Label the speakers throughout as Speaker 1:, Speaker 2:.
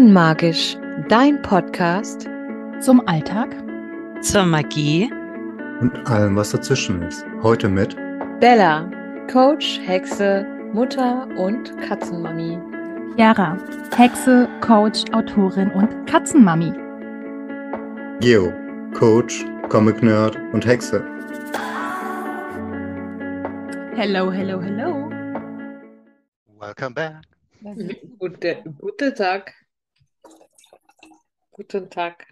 Speaker 1: Unmagisch, dein Podcast
Speaker 2: zum Alltag,
Speaker 3: zur Magie
Speaker 4: und allem, was dazwischen ist. Heute mit
Speaker 1: Bella, Coach, Hexe, Mutter und Katzenmami.
Speaker 2: Chiara, Hexe, Coach, Autorin und Katzenmami.
Speaker 4: Geo, Coach, Comic Nerd und Hexe.
Speaker 2: Hello, hello, hello.
Speaker 5: Welcome back.
Speaker 1: Gute, guten Tag. Guten Tag.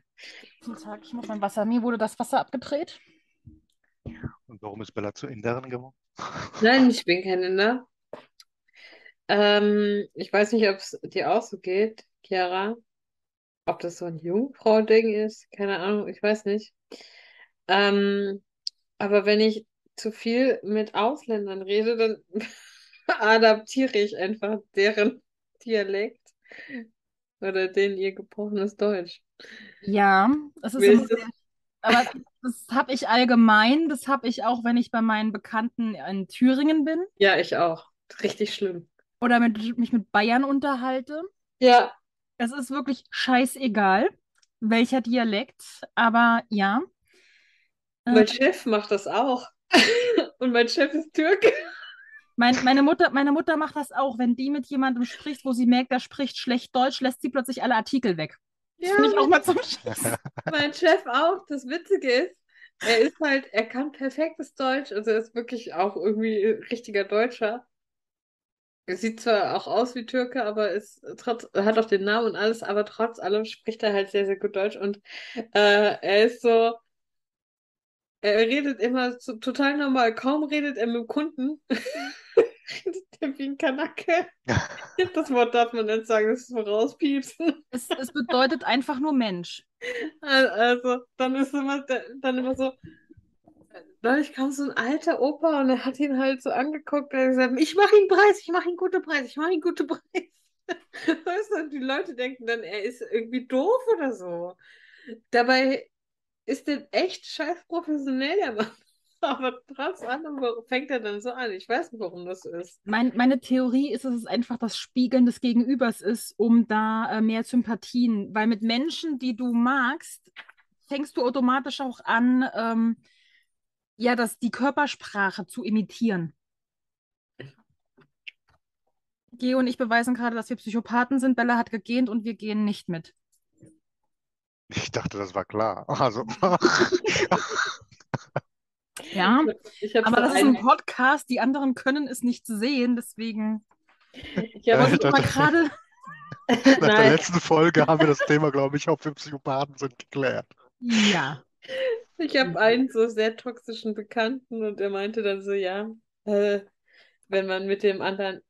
Speaker 2: Guten Tag, ich muss mein Wasser. Mir wurde das Wasser abgedreht.
Speaker 5: Und warum ist Bella zu Inderin geworden?
Speaker 1: Nein, ich bin kein Inder. Ähm, ich weiß nicht, ob es dir auch so geht, Chiara. Ob das so ein Jungfrau-Ding ist, keine Ahnung, ich weiß nicht. Ähm, aber wenn ich zu viel mit Ausländern rede, dann adaptiere ich einfach deren Dialekt oder den ihr gebrochenes Deutsch.
Speaker 2: Ja, es ist immer sehr, aber das habe ich allgemein, das habe ich auch, wenn ich bei meinen Bekannten in Thüringen bin.
Speaker 1: Ja, ich auch. Richtig schlimm.
Speaker 2: Oder mit, mich mit Bayern unterhalte.
Speaker 1: Ja.
Speaker 2: Es ist wirklich scheißegal, welcher Dialekt, aber ja. Ah.
Speaker 1: Mein äh, Chef macht das auch. Und mein Chef ist Türke.
Speaker 2: Mein, meine, Mutter, meine Mutter macht das auch. Wenn die mit jemandem spricht, wo sie merkt, der spricht schlecht Deutsch, lässt sie plötzlich alle Artikel weg. Das ja, finde ich auch mal zum Schluss.
Speaker 1: Mein Chef auch. Das Witzige ist, er ist halt, er kann perfektes Deutsch. Also er ist wirklich auch irgendwie richtiger Deutscher. Er sieht zwar auch aus wie Türke, aber ist trotz, hat auch den Namen und alles, aber trotz allem spricht er halt sehr, sehr gut Deutsch. Und äh, er ist so, er redet immer so total normal. Kaum redet er mit dem Kunden, redet er wie ein Kanake. Das Wort darf man nicht sagen, das ist rauspiepsen.
Speaker 2: Es, es, bedeutet einfach nur Mensch.
Speaker 1: Also, dann ist immer, dann immer so. Neulich kam so ein alter Opa und er hat ihn halt so angeguckt und gesagt: Ich mache ihn Preis, ich mache ihn gute Preis, ich mache ihn gute Preis. Weißt du, die Leute denken dann, er ist irgendwie doof oder so. Dabei ist denn echt scheiß professionell, der Mann. Aber trotz allem fängt er dann so an. Ich weiß nicht, warum das ist.
Speaker 2: Mein, meine Theorie ist, dass es einfach das Spiegeln des Gegenübers ist, um da äh, mehr Sympathien. Weil mit Menschen, die du magst, fängst du automatisch auch an, ähm, ja, das, die Körpersprache zu imitieren. Geo und ich beweisen gerade, dass wir Psychopathen sind. Bella hat gegähnt und wir gehen nicht mit.
Speaker 5: Ich dachte, das war klar. Also.
Speaker 2: ja, aber das ist ein Podcast, die anderen können es nicht sehen, deswegen.
Speaker 5: Ich habe äh, mal gerade. Nach Nein. der letzten Folge haben wir das Thema, glaube ich, auch für Psychopathen sind geklärt.
Speaker 2: Ja.
Speaker 1: Ich habe einen so sehr toxischen Bekannten und er meinte dann so, ja, äh, wenn man mit dem anderen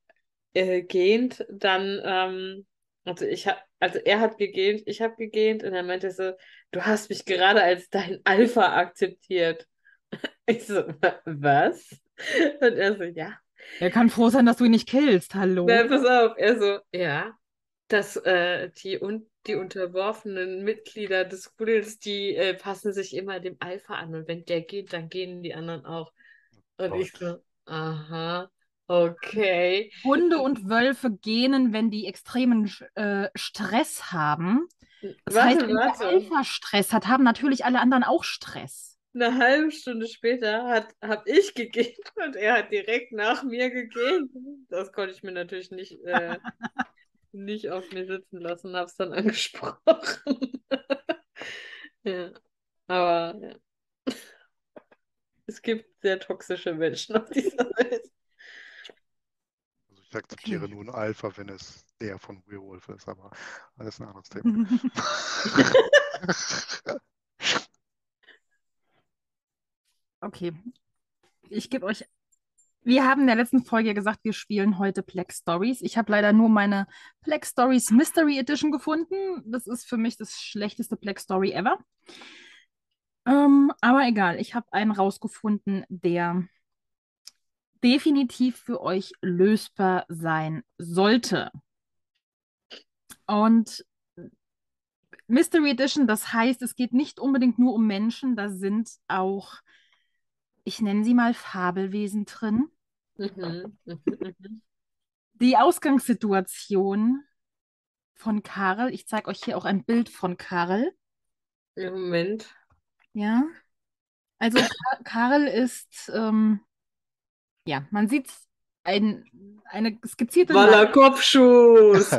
Speaker 1: äh, gähnt, dann ähm, also ich habe, also er hat gegähnt, ich habe gegähnt und er meinte so, du hast mich gerade als dein Alpha akzeptiert. Ich so, was? Und er so, ja.
Speaker 2: Er kann froh sein, dass du ihn nicht killst, hallo.
Speaker 1: Na, pass auf, er so, ja, dass äh, die, un die unterworfenen Mitglieder des Pudels, die äh, passen sich immer dem Alpha an und wenn der geht, dann gehen die anderen auch. Und ich so, aha. Okay.
Speaker 2: Hunde und Wölfe gähnen, wenn die extremen äh, Stress haben. Das warte, heißt, wenn warte. der Alpha Stress hat, haben natürlich alle anderen auch Stress.
Speaker 1: Eine halbe Stunde später habe ich gegähnt und er hat direkt nach mir gegähnt. Das konnte ich mir natürlich nicht, äh, nicht auf mir sitzen lassen, habe es dann angesprochen. ja, aber ja. es gibt sehr toxische Menschen auf dieser Welt.
Speaker 5: Also, Ich akzeptiere okay. nun Alpha, wenn es der von Werewolf ist, aber alles ein anderes Thema.
Speaker 2: okay. Ich gebe euch. Wir haben in der letzten Folge gesagt, wir spielen heute Black Stories. Ich habe leider nur meine Black Stories Mystery Edition gefunden. Das ist für mich das schlechteste Black Story ever. Ähm, aber egal, ich habe einen rausgefunden, der definitiv für euch lösbar sein sollte. Und Mystery Edition, das heißt, es geht nicht unbedingt nur um Menschen, da sind auch, ich nenne sie mal Fabelwesen drin.
Speaker 1: mhm,
Speaker 2: Mhm. Die Ausgangssituation von Karel. Ich zeige euch hier auch ein Bild von Karel.
Speaker 1: Ja, Moment.
Speaker 2: Ja. Also Ka- Karel ist, ähm, ja, man sieht ein, eine skizzierte
Speaker 1: Waller Kopfschuss.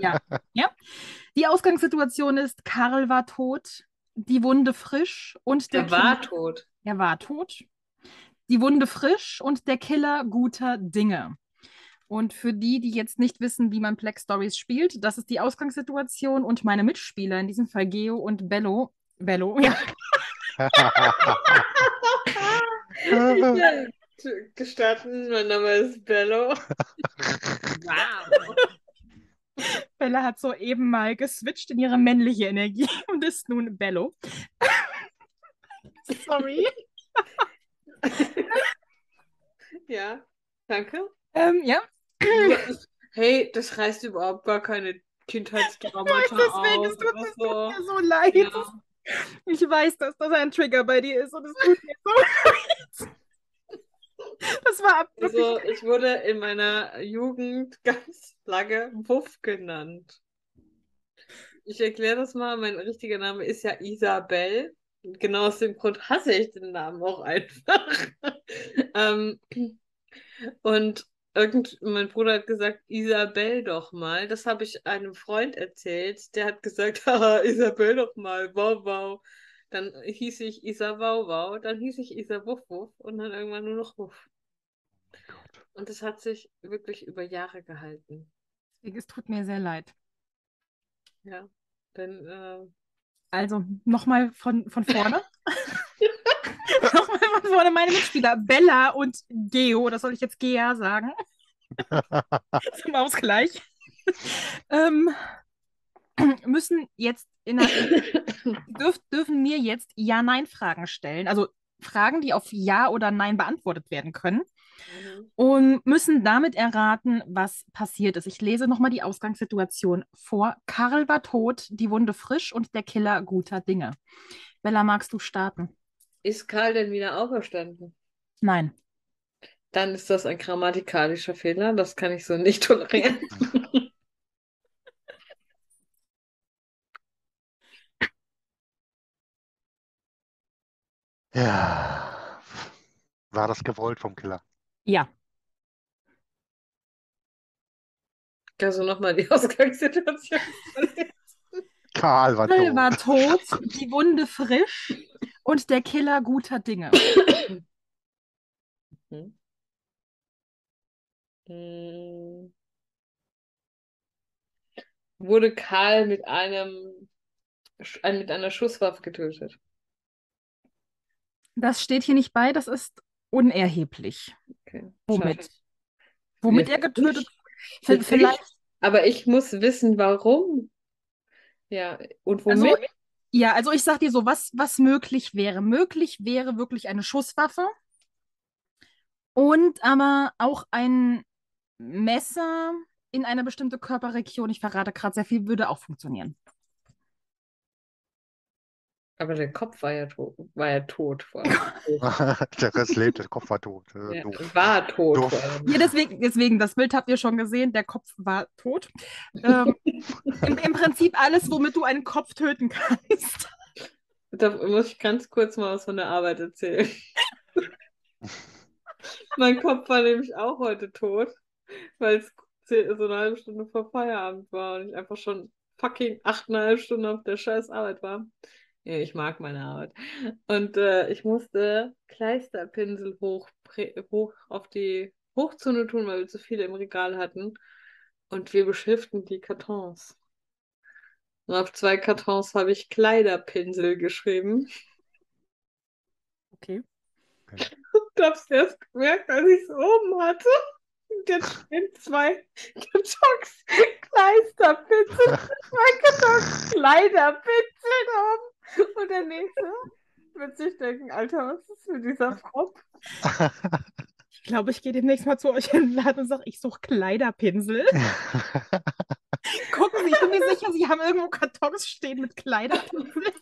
Speaker 2: Ja. ja. Die Ausgangssituation ist, Karl war tot, die Wunde frisch und der,
Speaker 1: Der war
Speaker 2: Killer-
Speaker 1: tot.
Speaker 2: er war tot, die Wunde frisch und der Killer guter Dinge. Und für die, die jetzt nicht wissen, wie man Black Stories spielt, das ist die Ausgangssituation und meine Mitspieler, in diesem Fall Geo und Bello. Bello, ja.
Speaker 1: Ja, t- gestatten, mein Name ist Bello. Wow.
Speaker 2: Bella hat soeben mal geswitcht in ihre männliche Energie und ist nun Bello. Sorry.
Speaker 1: Ja, danke.
Speaker 2: Ähm, ja,
Speaker 1: Hey, das reißt überhaupt gar keine Kindheitstraumata
Speaker 2: deswegen,
Speaker 1: aus.
Speaker 2: es tut,
Speaker 1: oder
Speaker 2: es tut
Speaker 1: so.
Speaker 2: mir so leid.
Speaker 1: Ja.
Speaker 2: Ich weiß, dass das ein Trigger bei dir ist und es tut mir so leid. Das war ab- wirklich.
Speaker 1: Also, ich wurde in meiner Jugend ganz lange Wuff genannt. Ich erkläre das mal. Mein richtiger Name ist ja Isabel. Genau aus dem Grund hasse ich den Namen auch einfach. ähm, und irgend, mein Bruder hat gesagt, Isabel doch mal. Das habe ich einem Freund erzählt. Der hat gesagt, haha, Isabel doch mal. Wow, wow. Dann hieß ich Isa Wow Wow. Dann hieß ich Isa Wuff Wuff. Und dann irgendwann nur noch Wuff. Und es hat sich wirklich über Jahre gehalten.
Speaker 2: Es tut mir sehr leid.
Speaker 1: Ja. Denn äh,
Speaker 2: Also, nochmal von, von vorne. nochmal von vorne meine Mitspieler. Bella und Geo, das soll ich jetzt Gea sagen. Zum Ausgleich. ähm, müssen jetzt in der, dürf, dürfen mir jetzt Ja-Nein-Fragen stellen. Also Fragen, die auf Ja oder Nein beantwortet werden können. Und müssen damit erraten, was passiert ist. Ich lese nochmal die Ausgangssituation vor. Karl war tot, die Wunde frisch und der Killer guter Dinge. Bella, magst du starten?
Speaker 1: ist Karl denn wieder auferstanden?
Speaker 2: Nein.
Speaker 1: Dann ist das ein grammatikalischer Fehler. Das kann ich so nicht tolerieren.
Speaker 5: Ja. War das gewollt vom Killer?
Speaker 2: Ja.
Speaker 1: Also nochmal die Ausgangssituation.
Speaker 5: Karl war
Speaker 2: Karl
Speaker 5: tot.
Speaker 2: war tot, die Wunde frisch und der Killer guter Dinge.
Speaker 1: Hm. Hm. Wurde Karl mit einem Sch- äh, mit einer Schusswaffe getötet?
Speaker 2: Das steht hier nicht bei, das ist unerheblich.
Speaker 1: Okay.
Speaker 2: Womit?
Speaker 1: Schade.
Speaker 2: Womit
Speaker 1: Ja,
Speaker 2: er getötet
Speaker 1: ich-
Speaker 2: wird. Vielleicht,
Speaker 1: Aber ich muss wissen, warum. Ja, und
Speaker 2: Also,
Speaker 1: womit?
Speaker 2: ja, also ich sag dir so, was, was möglich wäre. Möglich wäre wirklich eine Schusswaffe und aber auch ein Messer in eine bestimmte Körperregion. Ich verrate gerade sehr viel, würde auch funktionieren.
Speaker 1: Aber der Kopf war ja tot, war ja tot vor allem.
Speaker 5: Der Rest lebt, der Kopf war tot. Äh,
Speaker 1: Ja,
Speaker 5: doof.
Speaker 1: war tot
Speaker 5: Doof.
Speaker 1: vor allem.
Speaker 2: Ja, deswegen, deswegen, das Bild habt ihr schon gesehen, der Kopf war tot. Ähm, im, Im Prinzip alles, womit du einen Kopf töten kannst.
Speaker 1: Da muss ich ganz kurz mal was von der Arbeit erzählen. Mein Kopf war nämlich auch heute tot, weil es zehn- so eine halbe Stunde vor Feierabend war und ich einfach schon fucking achteinhalb Stunden auf der scheiß Arbeit war. Ja, ich mag meine Arbeit. Und äh, ich musste Kleisterpinsel hoch, hoch auf die Hochzone tun, weil wir zu viele im Regal hatten. Und wir beschriften die Kartons. Und auf zwei Kartons habe ich Kleiderpinsel geschrieben.
Speaker 2: Okay.
Speaker 1: Ich hab's erst gemerkt, als ich es oben hatte. Und jetzt stehen zwei Kartons Kleisterpinsel, zwei Kartons Kleiderpinsel oben. Und der nächste wird sich denken, Alter, was ist mit dieser Frau?
Speaker 2: Ich glaube, ich gehe demnächst mal zu euch in den Laden und sage, ich suche Kleiderpinsel. Gucken Sie, ich bin mir sicher, Sie haben irgendwo Kartons stehen mit Kleiderpinseln.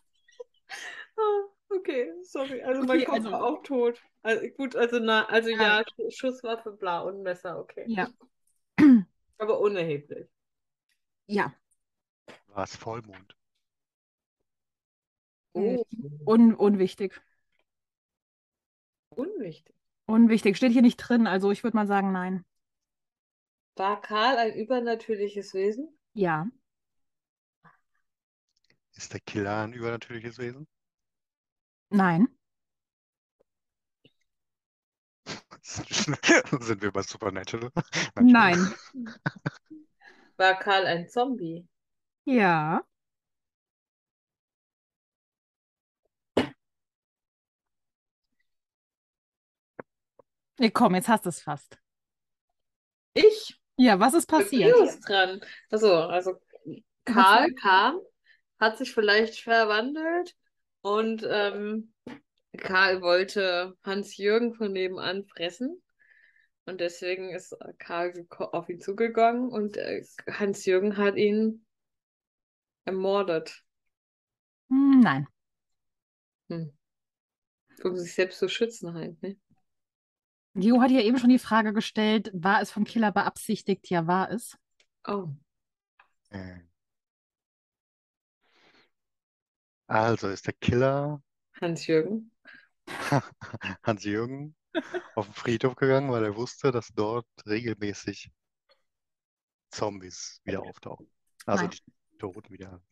Speaker 1: Ah, Okay, sorry. Also
Speaker 2: Okay,
Speaker 1: mein Kopf
Speaker 2: also-
Speaker 1: war auch tot. Also, gut, also na, also
Speaker 2: Ja.
Speaker 1: ja, Sch- Schusswaffe, bla und Messer, okay.
Speaker 2: Ja.
Speaker 1: Aber unerheblich.
Speaker 2: Ja.
Speaker 5: War es Vollmond?
Speaker 1: Oh,
Speaker 2: Un unwichtig.
Speaker 1: unwichtig.
Speaker 2: Unwichtig. Steht hier nicht drin, also ich würde mal sagen, nein.
Speaker 1: War Karl ein übernatürliches Wesen?
Speaker 2: Ja.
Speaker 5: Ist der Killer ein übernatürliches Wesen?
Speaker 2: Nein.
Speaker 5: Sind wir bei Supernatural?
Speaker 2: Nein.
Speaker 1: War Karl ein Zombie?
Speaker 2: Ja. Nee, komm, jetzt hast du es fast.
Speaker 1: Ich?
Speaker 2: Ja, was ist passiert?
Speaker 1: Pius dran. Achso, also Karl kam, hat sich vielleicht verwandelt und ähm, Karl wollte Hans-Jürgen von nebenan fressen. Und deswegen ist Karl geko- auf ihn zugegangen und äh, Hans-Jürgen hat ihn ermordet,
Speaker 2: Hm, Nein.
Speaker 1: Hm. um sich selbst zu schützen halt, ne?
Speaker 2: Jo hat ja eben schon die Frage gestellt, war es vom Killer beabsichtigt? Ja, war es.
Speaker 1: Oh.
Speaker 5: Äh. Also ist der Killer
Speaker 1: Hans-Jürgen.
Speaker 5: Hans-Jürgen auf den Friedhof gegangen, weil er wusste, dass dort regelmäßig Zombies wieder auftauchen. Also
Speaker 2: Nein.
Speaker 5: die Toten wieder.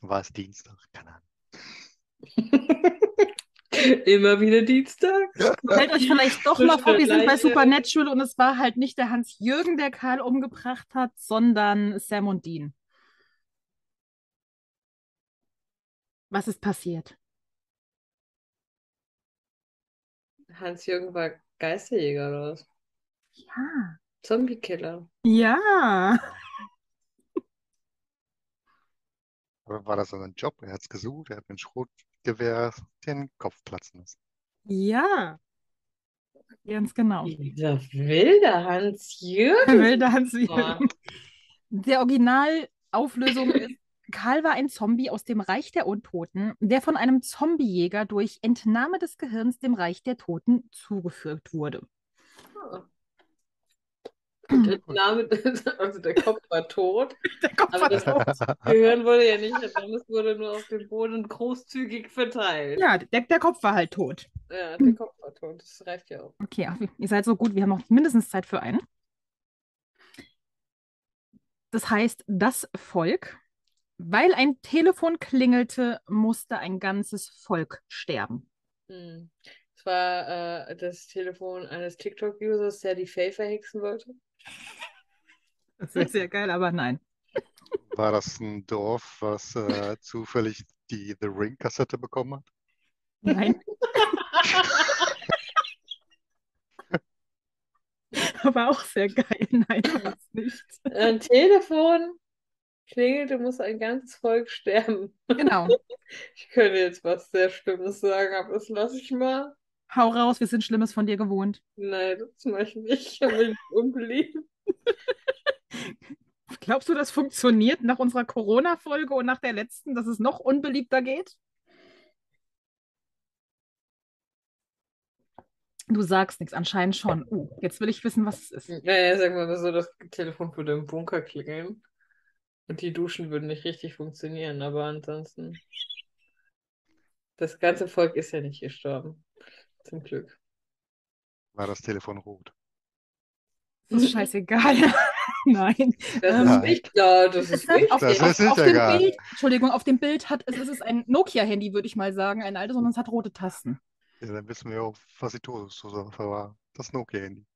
Speaker 5: War es Dienstag? Keine Ahnung.
Speaker 1: Immer wieder Dienstag.
Speaker 2: Fällt euch vielleicht doch mal
Speaker 1: Frische
Speaker 2: vor, wir sind bei
Speaker 1: Leiche.
Speaker 2: Supernatural und es war halt nicht der Hans-Jürgen, der Karl umgebracht hat, sondern Sam und Dean. Was ist passiert?
Speaker 1: Hans-Jürgen war Geisterjäger oder was?
Speaker 2: Ja.
Speaker 1: Zombie-Killer.
Speaker 2: Ja.
Speaker 5: Aber War das so sein Job? Er hat es gesucht, er hat mit dem Schrotgewehr den Kopf platzen lassen.
Speaker 2: Ja. Ganz genau.
Speaker 1: Dieser wilde Hans-Jürgen. Oh,
Speaker 2: Der wilde Hans-Jürgen.
Speaker 1: war.
Speaker 2: Der Originalauflösung ist, Karl war ein Zombie aus dem Reich der Untoten, der von einem Zombiejäger durch Entnahme des Gehirns dem Reich der Toten zugeführt wurde.
Speaker 1: Der Name, also der Kopf war tot,
Speaker 2: Der Kopf
Speaker 1: aber das
Speaker 5: tot.
Speaker 1: Gehirn wurde ja nicht entnommen, es wurde nur auf dem Boden großzügig verteilt.
Speaker 2: ja, der, der Kopf war halt tot.
Speaker 1: Ja, der Kopf war tot, das reicht ja auch.
Speaker 2: Okay, ach, ihr seid so gut, wir haben noch mindestens Zeit für einen. Das heißt, das Volk. Weil ein Telefon klingelte, musste ein ganzes Volk sterben.
Speaker 1: Hm. Es war äh, das Telefon eines TikTok-Users, der die Faye verhexen wollte.
Speaker 2: Das wäre sehr geil, aber nein.
Speaker 5: War das ein Dorf, was äh, zufällig die The Ring-Kassette bekommen hat?
Speaker 2: Nein. Aber auch sehr geil. Nein, war's nicht.
Speaker 1: Ein Telefon klingelte, muss ein ganzes Volk sterben.
Speaker 2: Genau.
Speaker 1: Ich könnte jetzt was sehr Schlimmes sagen, aber das lasse ich mal.
Speaker 2: Hau raus, wir sind Schlimmes von dir gewohnt.
Speaker 1: Nein, das mache ich nicht. Ich bin unbeliebt.
Speaker 2: Glaubst du, das funktioniert nach unserer Corona-Folge und nach der letzten, dass es noch unbeliebter geht? Du sagst nichts, anscheinend schon. Uh, jetzt will ich wissen, was es ist.
Speaker 1: Naja, sagen wir mal so, das Telefon würde im Bunker klingeln. Und die Duschen würden nicht richtig funktionieren, aber ansonsten. Das ganze Volk ist ja nicht gestorben. Zum Glück.
Speaker 5: War das Telefon rot?
Speaker 2: Das ist scheißegal. Nein.
Speaker 1: Das
Speaker 2: Ähm,
Speaker 1: ist nicht klar, das
Speaker 2: Es
Speaker 1: ist
Speaker 2: hat
Speaker 1: nicht
Speaker 2: auf,
Speaker 5: Das
Speaker 2: dem-
Speaker 5: ist
Speaker 2: auf, auf dem
Speaker 5: egal.
Speaker 2: Bild, Entschuldigung, auf dem Bild hat es, es ist ein Nokia-Handy, würde ich mal sagen, ein altes, sondern es hat rote Tasten.
Speaker 5: Ja, dann wissen wir auch, was die Todesursache war. Das Nokia-Handy.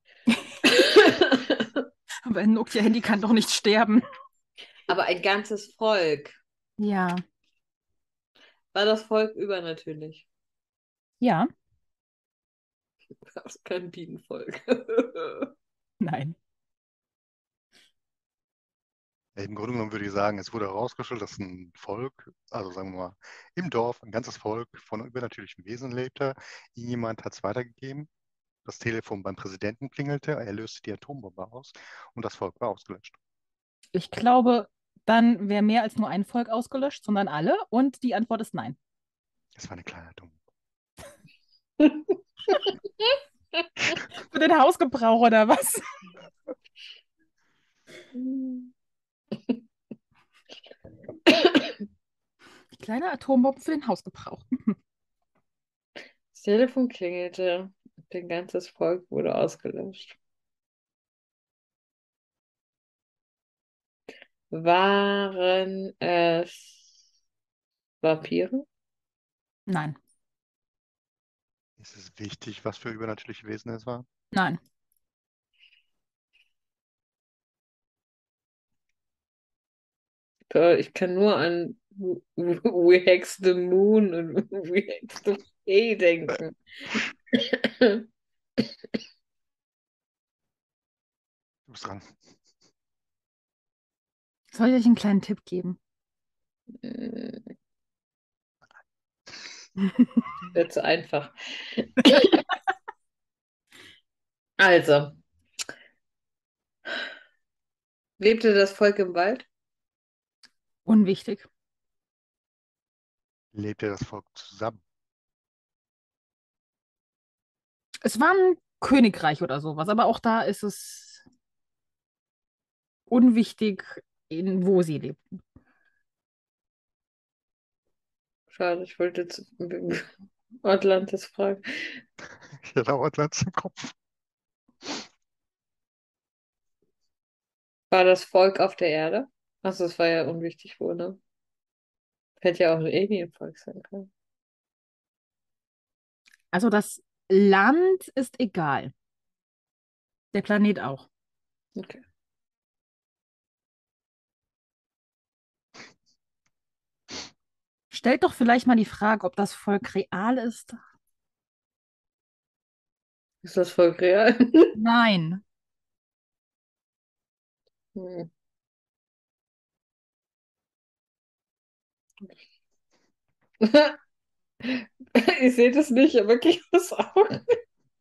Speaker 2: Aber ein Nokia-Handy kann doch nicht sterben.
Speaker 1: Aber ein ganzes Volk.
Speaker 2: Ja.
Speaker 1: War das Volk übernatürlich?
Speaker 2: Ja.
Speaker 1: Gab es kein Bienenvolk?
Speaker 2: Nein.
Speaker 5: Im Grunde genommen würde ich sagen, es wurde herausgestellt, dass ein Volk, also sagen wir mal, im Dorf ein ganzes Volk von übernatürlichen Wesen lebte. Jemand hat es weitergegeben. Das Telefon beim Präsidenten klingelte, er löste die Atombombe aus und das Volk war ausgelöscht.
Speaker 2: Ich glaube, dann wäre mehr als nur ein Volk ausgelöscht, sondern alle. Und die Antwort ist nein.
Speaker 5: Es war eine kleine Atombombe.
Speaker 2: Für den Hausgebrauch oder was? Kleine Atombombe für den Hausgebrauch.
Speaker 1: Das Telefon klingelte. Dein ganzes Volk wurde ausgelöscht. Waren es Vampire?
Speaker 2: Nein,
Speaker 5: Ist es wichtig, was für übernatürliche Wesen es waren?
Speaker 2: nein.
Speaker 1: Toll, Äh, Ich kann nur an We We Hex the Moon und We Hex the Fee denken.
Speaker 5: Du bist dran.
Speaker 2: Soll ich euch einen kleinen Tipp geben?
Speaker 1: Hm, Wird zu einfach. Also, lebte das Volk im Wald?
Speaker 2: Unwichtig.
Speaker 5: Lebte das Volk zusammen?
Speaker 2: Es war ein Königreich oder sowas, aber auch da ist es unwichtig, in, wo sie lebt.
Speaker 1: Schade, ich wollte zu Atlantis fragen.
Speaker 5: Ich hatte auch Atlantis im Kopf.
Speaker 1: War das Volk auf der Erde? Achso, das war ja unwichtig, wo, ne? Hätte ja auch ein Alienvolk sein können.
Speaker 2: Also das Land ist egal. Der Planet auch.
Speaker 1: Okay.
Speaker 2: Stellt doch vielleicht mal die Frage, ob das Volk real ist.
Speaker 1: Ist das Volk real?
Speaker 2: Nein.
Speaker 1: Hm. Ich sehe das nicht, aber geht das auch?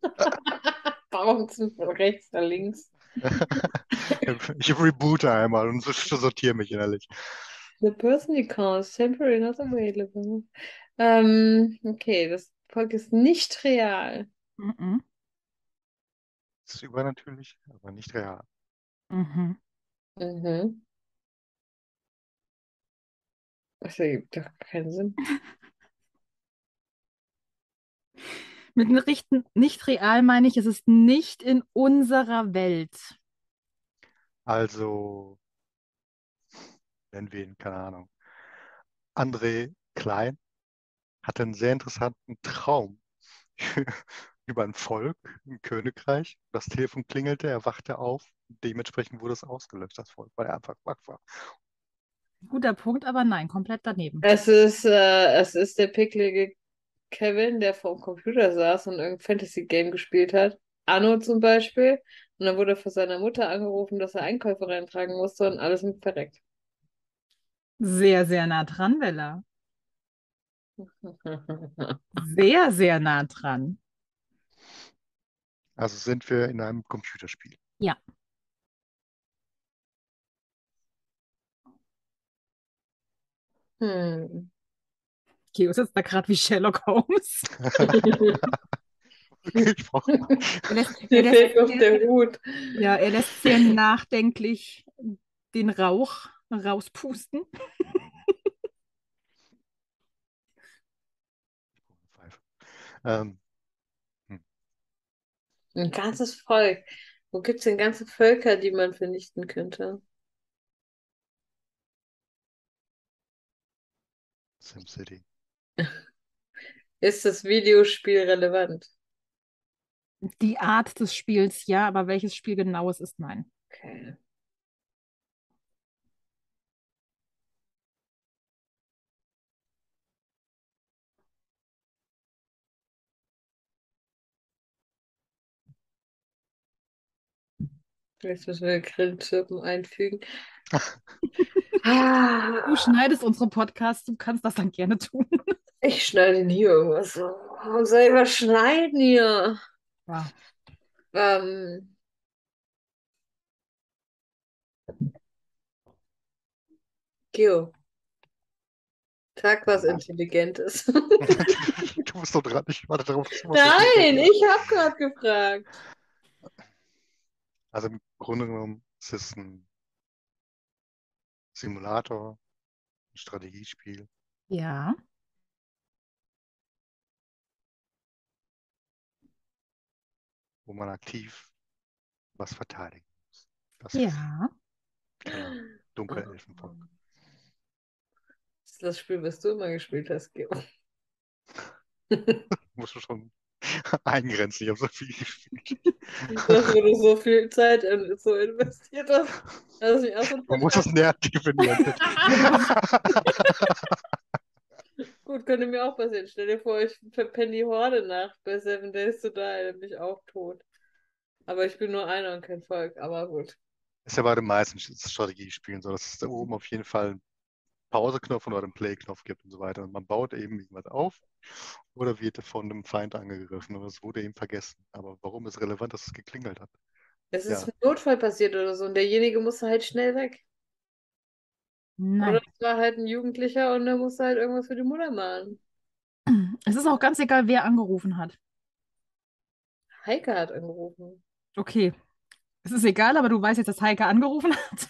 Speaker 1: Bouncen von rechts nach links.
Speaker 5: Ich reboote einmal und so- sortiere mich innerlich.
Speaker 1: The person you call is temporarily not available. Ähm, okay, das Volk ist nicht real.
Speaker 2: Mhm.
Speaker 5: Es ist übernatürlich, aber nicht real.
Speaker 2: Mhm.
Speaker 1: Mhm. Das ergibt doch keinen Sinn.
Speaker 2: Mit den Richten nicht real meine ich, es ist nicht in unserer Welt.
Speaker 5: Also, nennen wir ihn, keine Ahnung. André Klein hatte einen sehr interessanten Traum über ein Volk, ein Königreich. Das Telefon klingelte, er wachte auf. Dementsprechend wurde es ausgelöscht, das Volk, weil er einfach wach war.
Speaker 2: Guter Punkt, aber nein, komplett daneben.
Speaker 1: Es ist, äh, es ist der picklige Kevin, der vor dem Computer saß und irgendein Fantasy-Game gespielt hat. Anno zum Beispiel. Und dann wurde er von seiner Mutter angerufen, dass er Einkäufe reintragen musste und alles mit verreckt.
Speaker 2: Sehr, sehr nah dran, Bella. Sehr, sehr nah dran.
Speaker 5: Also sind wir in einem Computerspiel.
Speaker 1: Hm.
Speaker 2: Geo sitzt da gerade wie Sherlock Holmes.
Speaker 5: Okay, ich brauche
Speaker 2: Er lässt, er
Speaker 1: Mir fehlt noch
Speaker 2: lässt,
Speaker 1: der Hut.
Speaker 2: ja, er lässt sehr nachdenklich den Rauch rauspusten.
Speaker 5: Pfeife. Ähm,
Speaker 1: Ein ganzes Volk. Wo gibt es denn ganze Völker, die man vernichten könnte?
Speaker 5: SimCity.
Speaker 1: Ist das Videospiel relevant?
Speaker 2: Die Art des Spiels, ja, aber welches Spiel genau es ist, nein.
Speaker 1: Okay. Jetzt müssen wir Grillenzirpen einfügen.
Speaker 2: Du
Speaker 1: Ah,
Speaker 2: schneidest unsere Podcasts, du kannst das dann gerne tun.
Speaker 1: ich schneide nie irgendwas. Warum soll ich was schneiden hier?
Speaker 2: Ja.
Speaker 1: Ähm, Geo, sag was
Speaker 5: Ja.
Speaker 1: Intelligentes.
Speaker 5: Du bist doch dran, ich warte darauf, dass du was
Speaker 1: Nein,
Speaker 5: erzählst.
Speaker 1: ich habe gerade gefragt.
Speaker 5: Also im Grunde genommen ist es ein Simulator, ein Strategiespiel,
Speaker 2: Ja.
Speaker 5: wo man aktiv was verteidigen muss. Das
Speaker 2: Ja.
Speaker 5: ist äh, dunkle Elfenvolk.
Speaker 1: Das ist das Spiel, was du immer gespielt hast, Georg.
Speaker 5: Musst du schon eingrenzen. Ich habe so viel gespielt.
Speaker 1: Das, wo du so viel Zeit in, so investiert hast. Lass mich auch so
Speaker 5: Man muss das Narrativ in die
Speaker 1: Gut, könnte mir auch passieren. Stell dir vor, ich verpenne die Horde nach bei Seven Days to Die, dann bin ich auch tot. Aber ich bin nur einer und kein Volk, aber gut.
Speaker 5: Ist ja bei den meisten Sch- Strategiespielen so, dass es da oben auf jeden Fall einen Pause-Knopf oder einen Play-Knopf gibt und so weiter. Und man baut eben irgendwas auf oder wird von einem Feind angegriffen oder es wurde eben vergessen. Aber warum ist relevant, dass es geklingelt hat?
Speaker 1: Es ist
Speaker 5: Ja.
Speaker 1: ein Notfall passiert oder so und derjenige musste halt schnell weg.
Speaker 2: Nein.
Speaker 1: Oder es war halt ein Jugendlicher und der musste halt irgendwas für die Mutter machen.
Speaker 2: Es ist auch ganz egal, wer angerufen hat.
Speaker 1: Heike hat angerufen.
Speaker 2: Okay. Es ist egal, aber du weißt jetzt, dass Heike angerufen hat.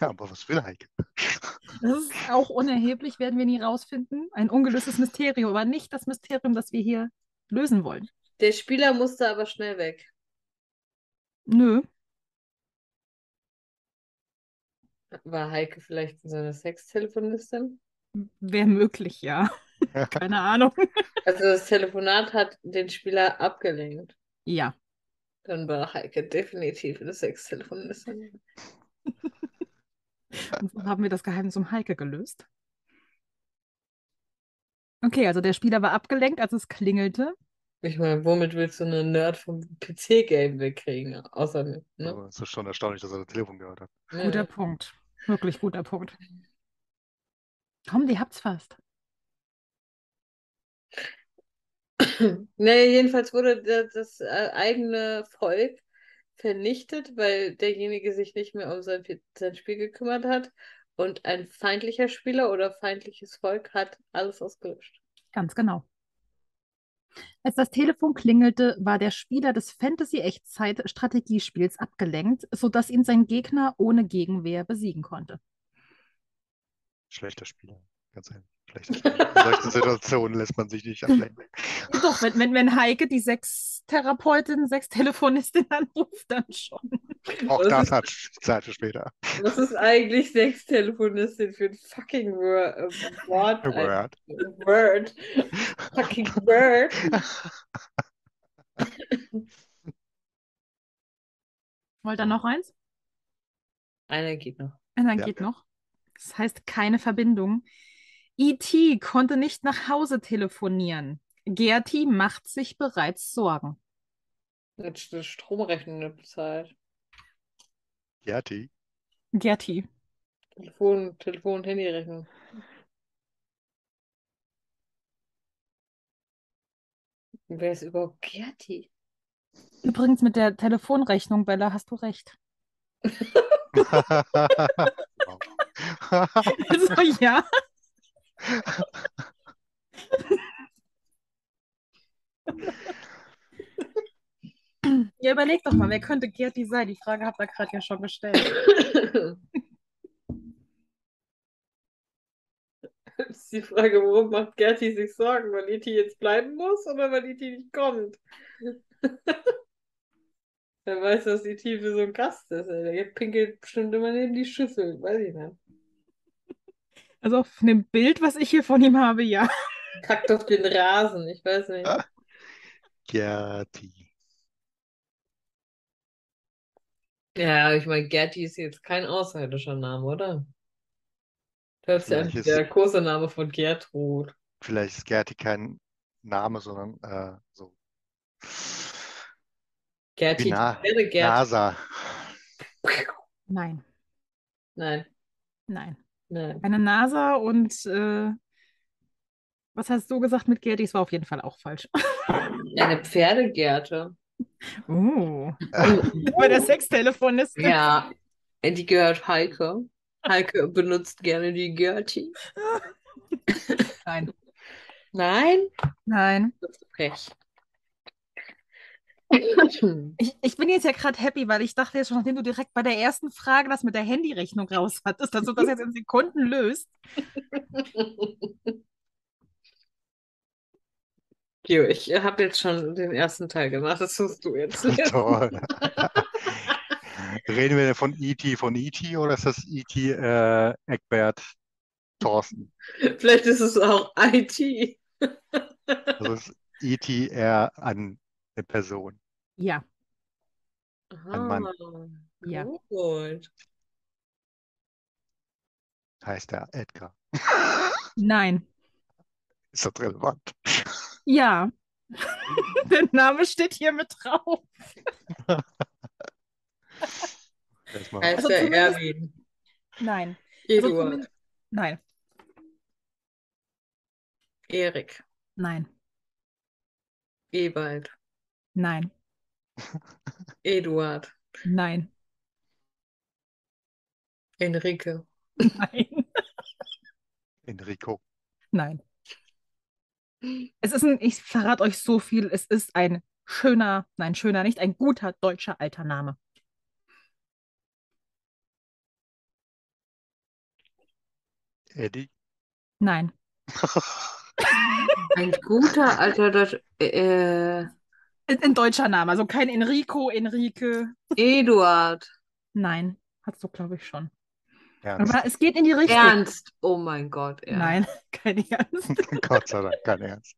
Speaker 5: Ja, aber was will Heike?
Speaker 2: Das ist auch unerheblich, werden wir nie rausfinden. Ein ungelöstes Mysterium, aber nicht das Mysterium, das wir hier lösen wollen.
Speaker 1: Der Spieler musste aber schnell weg.
Speaker 2: Nö.
Speaker 1: War Heike vielleicht so eine Sextelefonistin?
Speaker 2: Wäre möglich, ja. Keine Ahnung.
Speaker 1: Also das Telefonat hat den Spieler abgelenkt.
Speaker 2: Ja.
Speaker 1: Dann war Heike definitiv eine Sextelefonistin.
Speaker 2: Und so haben wir das Geheimnis um Heike gelöst. Okay, also der Spieler war abgelenkt, als es klingelte.
Speaker 1: Ich meine, womit willst du einen Nerd vom PC-Game wegkriegen? Außer mit, ne?
Speaker 5: Also, es ist schon erstaunlich, dass er das Telefon gehört hat.
Speaker 1: Äh.
Speaker 2: Guter Punkt. Wirklich guter Punkt. Komm, die habt's fast.
Speaker 1: Naja, jedenfalls wurde da- das äh, eigene Volk vernichtet, weil derjenige sich nicht mehr um sein, Pi- sein Spiel gekümmert hat. Und ein feindlicher Spieler oder feindliches Volk hat alles ausgelöscht.
Speaker 2: Ganz genau. Als das Telefon klingelte, war der Spieler des Fantasy-Echtzeit-Strategiespiels abgelenkt, sodass ihn sein Gegner ohne Gegenwehr besiegen konnte.
Speaker 5: Schlechter Spieler. Ganz ehrlich. Schlechter Spieler. In solchen Situationen lässt man sich nicht ablenken.
Speaker 2: Doch, wenn, wenn, wenn Heike die Sextherapeutin, Sextelefonistin anruft, dann schon.
Speaker 5: Auch
Speaker 1: Das
Speaker 5: das hat Zeit für später.
Speaker 1: Was ist eigentlich Sextelefonistin für ein fucking Wor- äh, Wort? Ein
Speaker 5: Word.
Speaker 1: Word. Fucking Word.
Speaker 2: Wollt ihr noch eins?
Speaker 1: Einer geht noch.
Speaker 2: Und dann
Speaker 5: Ja.
Speaker 2: geht noch. Das heißt, keine Verbindung. E.T. konnte nicht nach Hause telefonieren. Gerti macht sich bereits Sorgen.
Speaker 1: Jetzt eine Stromrechnung bezahlt.
Speaker 5: Gerti.
Speaker 2: Gerti.
Speaker 1: Telefon, Telefon, Handyrechnung. Und Wer ist überhaupt Gerti?
Speaker 2: Übrigens mit der Telefonrechnung, Bella, hast du recht.
Speaker 5: Wow.
Speaker 2: Also, ja. Ja, überleg doch mal, wer könnte Gerti sein? Die Frage habt ihr gerade ja schon gestellt.
Speaker 1: Das ist die Frage, warum macht Gerti sich Sorgen? Weil Iti jetzt bleiben muss oder weil Iti nicht kommt? Wer weiß, dass Iti für so ein Gast ist. ey. Der pinkelt bestimmt immer neben die Schüssel. Weiß ich nicht.
Speaker 2: Also auf dem Bild, was ich hier von ihm habe, ja.
Speaker 1: Kackt auf den Rasen. Ich weiß nicht.
Speaker 5: Gerti.
Speaker 1: Ja, ich meine, Gerti ist jetzt kein außerirdischer Name, oder? Hört sich an wie
Speaker 5: Vielleicht ist-
Speaker 1: der Kosename von Gertrud.
Speaker 5: Vielleicht ist Gerti kein Name, sondern äh, so.
Speaker 1: Gerti,
Speaker 5: Wie nah-
Speaker 1: ich wäre Gerti.
Speaker 5: NASA.
Speaker 2: Nein,
Speaker 1: Nein,
Speaker 2: nein.
Speaker 1: nein.
Speaker 2: Eine NASA und äh, was hast du gesagt mit Gerti? Es war auf jeden Fall auch falsch.
Speaker 1: Eine Pferdegerte.
Speaker 2: Oh. Bei der Sextelefonistin.
Speaker 1: Ja, die gehört Heike. Heike benutzt gerne die Gerti.
Speaker 2: Nein.
Speaker 1: Nein,
Speaker 2: Nein.
Speaker 1: das ist frech.
Speaker 2: Ich, ich bin jetzt ja gerade happy, weil ich dachte ja schon, nachdem du direkt bei der ersten Frage das mit der Handyrechnung raus hattest, dass du das jetzt in Sekunden löst.
Speaker 1: Jo, ich habe jetzt schon den ersten Teil gemacht, das musst du jetzt.
Speaker 5: Toll. Reden wir denn von E.T. von E.T. oder ist das E.T. Äh, Eckbert Thorsten?
Speaker 1: Vielleicht ist es auch IT.
Speaker 5: Also ist E.T. eher an eine Person.
Speaker 2: Ja,
Speaker 5: Ein Mann.
Speaker 1: Ah,
Speaker 2: Ja.
Speaker 1: Gut.
Speaker 5: Heißt er Edgar.
Speaker 2: nein.
Speaker 5: Ist das relevant?
Speaker 2: Ja. Der Name steht hier mit drauf.
Speaker 5: Erstmal.
Speaker 1: Heißt
Speaker 2: Also
Speaker 1: er
Speaker 2: zumindest-
Speaker 1: Erwin.
Speaker 2: Nein. Also
Speaker 1: Eduard.
Speaker 2: zumindest- Nein,
Speaker 1: Erik.
Speaker 2: nein,
Speaker 1: Ewald.
Speaker 2: nein,
Speaker 1: Eduard.
Speaker 2: nein,
Speaker 1: Enrique.
Speaker 2: nein,
Speaker 5: Enrico.
Speaker 2: nein. Es ist ein, ich verrate euch so viel, es ist ein schöner, nein, schöner nicht, ein guter deutscher alter Name.
Speaker 5: Eddie.
Speaker 2: Nein,
Speaker 1: Ein guter alter Deutsch. Äh,
Speaker 2: ein, ein deutscher Name, also kein Enrico, Enrique.
Speaker 1: Eduard.
Speaker 2: Nein, hast du, glaube ich, schon.
Speaker 5: Ernst.
Speaker 2: Aber es geht in die Richtung.
Speaker 1: Ernst. Oh mein Gott, Ernst.
Speaker 2: Nein, kein Ernst.
Speaker 5: Gott sei Dank, kein Ernst.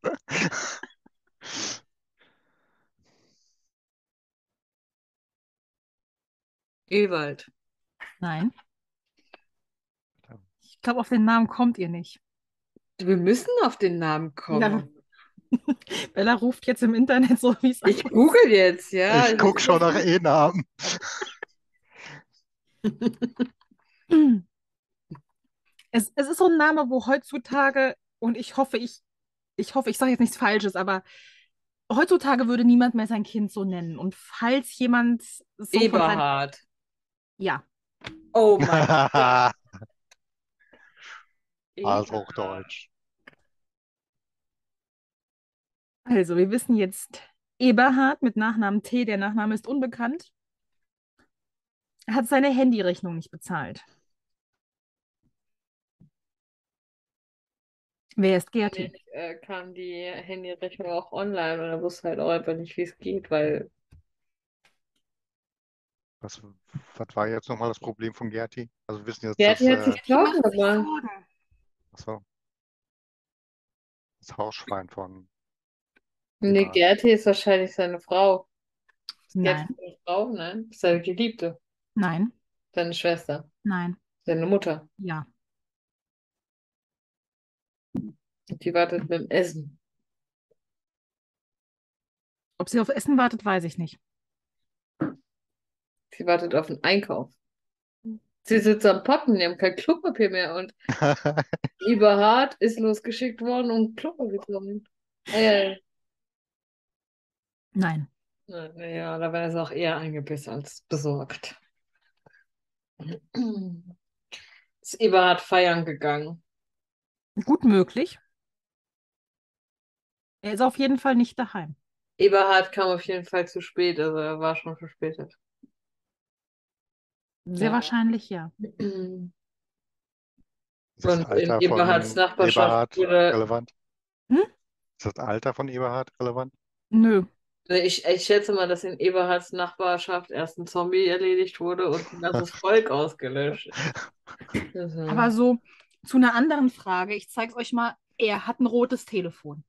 Speaker 1: Ewald.
Speaker 2: Nein. Ich glaube, auf den Namen kommt ihr nicht.
Speaker 1: Wir müssen auf den Namen kommen.
Speaker 2: Bella ruft jetzt im Internet so, wie es
Speaker 1: Ich google jetzt, ja.
Speaker 5: Ich guck schon nach E-Namen.
Speaker 2: Es, es ist so ein Name, wo heutzutage, und ich hoffe, ich, ich hoffe, ich sage jetzt nichts Falsches, aber heutzutage würde niemand mehr sein Kind so nennen. Und falls jemand so von seinem-
Speaker 1: Eberhard.
Speaker 2: ja,
Speaker 1: Oh mein Gott.
Speaker 5: Also Hochdeutsch.
Speaker 2: also wir wissen jetzt Eberhard mit Nachnamen T, der Nachname ist unbekannt, hat seine Handyrechnung nicht bezahlt. Wer ist Gerti?
Speaker 1: Jetzt äh, kam die Handyrechnung auch online und er wusste halt auch einfach nicht, wie es geht, weil
Speaker 5: Was, was war jetzt nochmal das Problem von Gerti? Also wir wissen jetzt,
Speaker 1: Gerti
Speaker 5: dass,
Speaker 1: hat
Speaker 5: äh,
Speaker 1: sich Sorgen
Speaker 2: Macht sich
Speaker 1: gemacht.
Speaker 2: Sorgen.
Speaker 5: achso, das Hausschwein von
Speaker 1: Nee,
Speaker 5: Egal.
Speaker 1: Gerti ist wahrscheinlich seine Frau. Ist
Speaker 2: Nein,
Speaker 1: Gerti seine Frau? Nein. Ist Seine Geliebte.
Speaker 2: nein,
Speaker 1: Seine Schwester.
Speaker 2: nein,
Speaker 1: Seine Mutter.
Speaker 2: ja,
Speaker 1: Und die wartet mit dem Essen.
Speaker 2: Ob sie auf Essen wartet, weiß ich nicht.
Speaker 1: Sie wartet auf den Einkauf. Sie sitzt am Potten, die haben kein Klopapier mehr und Eberhard ist losgeschickt worden, um Klopapier zu holen. Äh,
Speaker 2: Nein.
Speaker 1: naja, da wäre es auch eher angepisst als besorgt. Ist Eberhard feiern gegangen.
Speaker 2: Gut möglich. Er ist auf jeden Fall nicht daheim.
Speaker 1: Eberhard kam auf jeden Fall zu spät, also er war schon verspätet.
Speaker 2: Sehr
Speaker 1: Ja.
Speaker 2: wahrscheinlich ja.
Speaker 5: Ist das
Speaker 1: Und in
Speaker 5: Alter von
Speaker 1: Eberhards Nachbarschaft
Speaker 5: Eberhard
Speaker 1: wurde-
Speaker 5: relevant?
Speaker 2: Hm?
Speaker 5: Ist das Alter von Eberhard relevant?
Speaker 2: Nö.
Speaker 1: Ich, ich schätze mal, dass in Eberhards Nachbarschaft erst ein Zombie erledigt wurde und ein ganzes Volk ausgelöscht ist. Also,
Speaker 2: Aber so zu einer anderen Frage. Ich zeige es euch mal. Er hat ein rotes Telefon.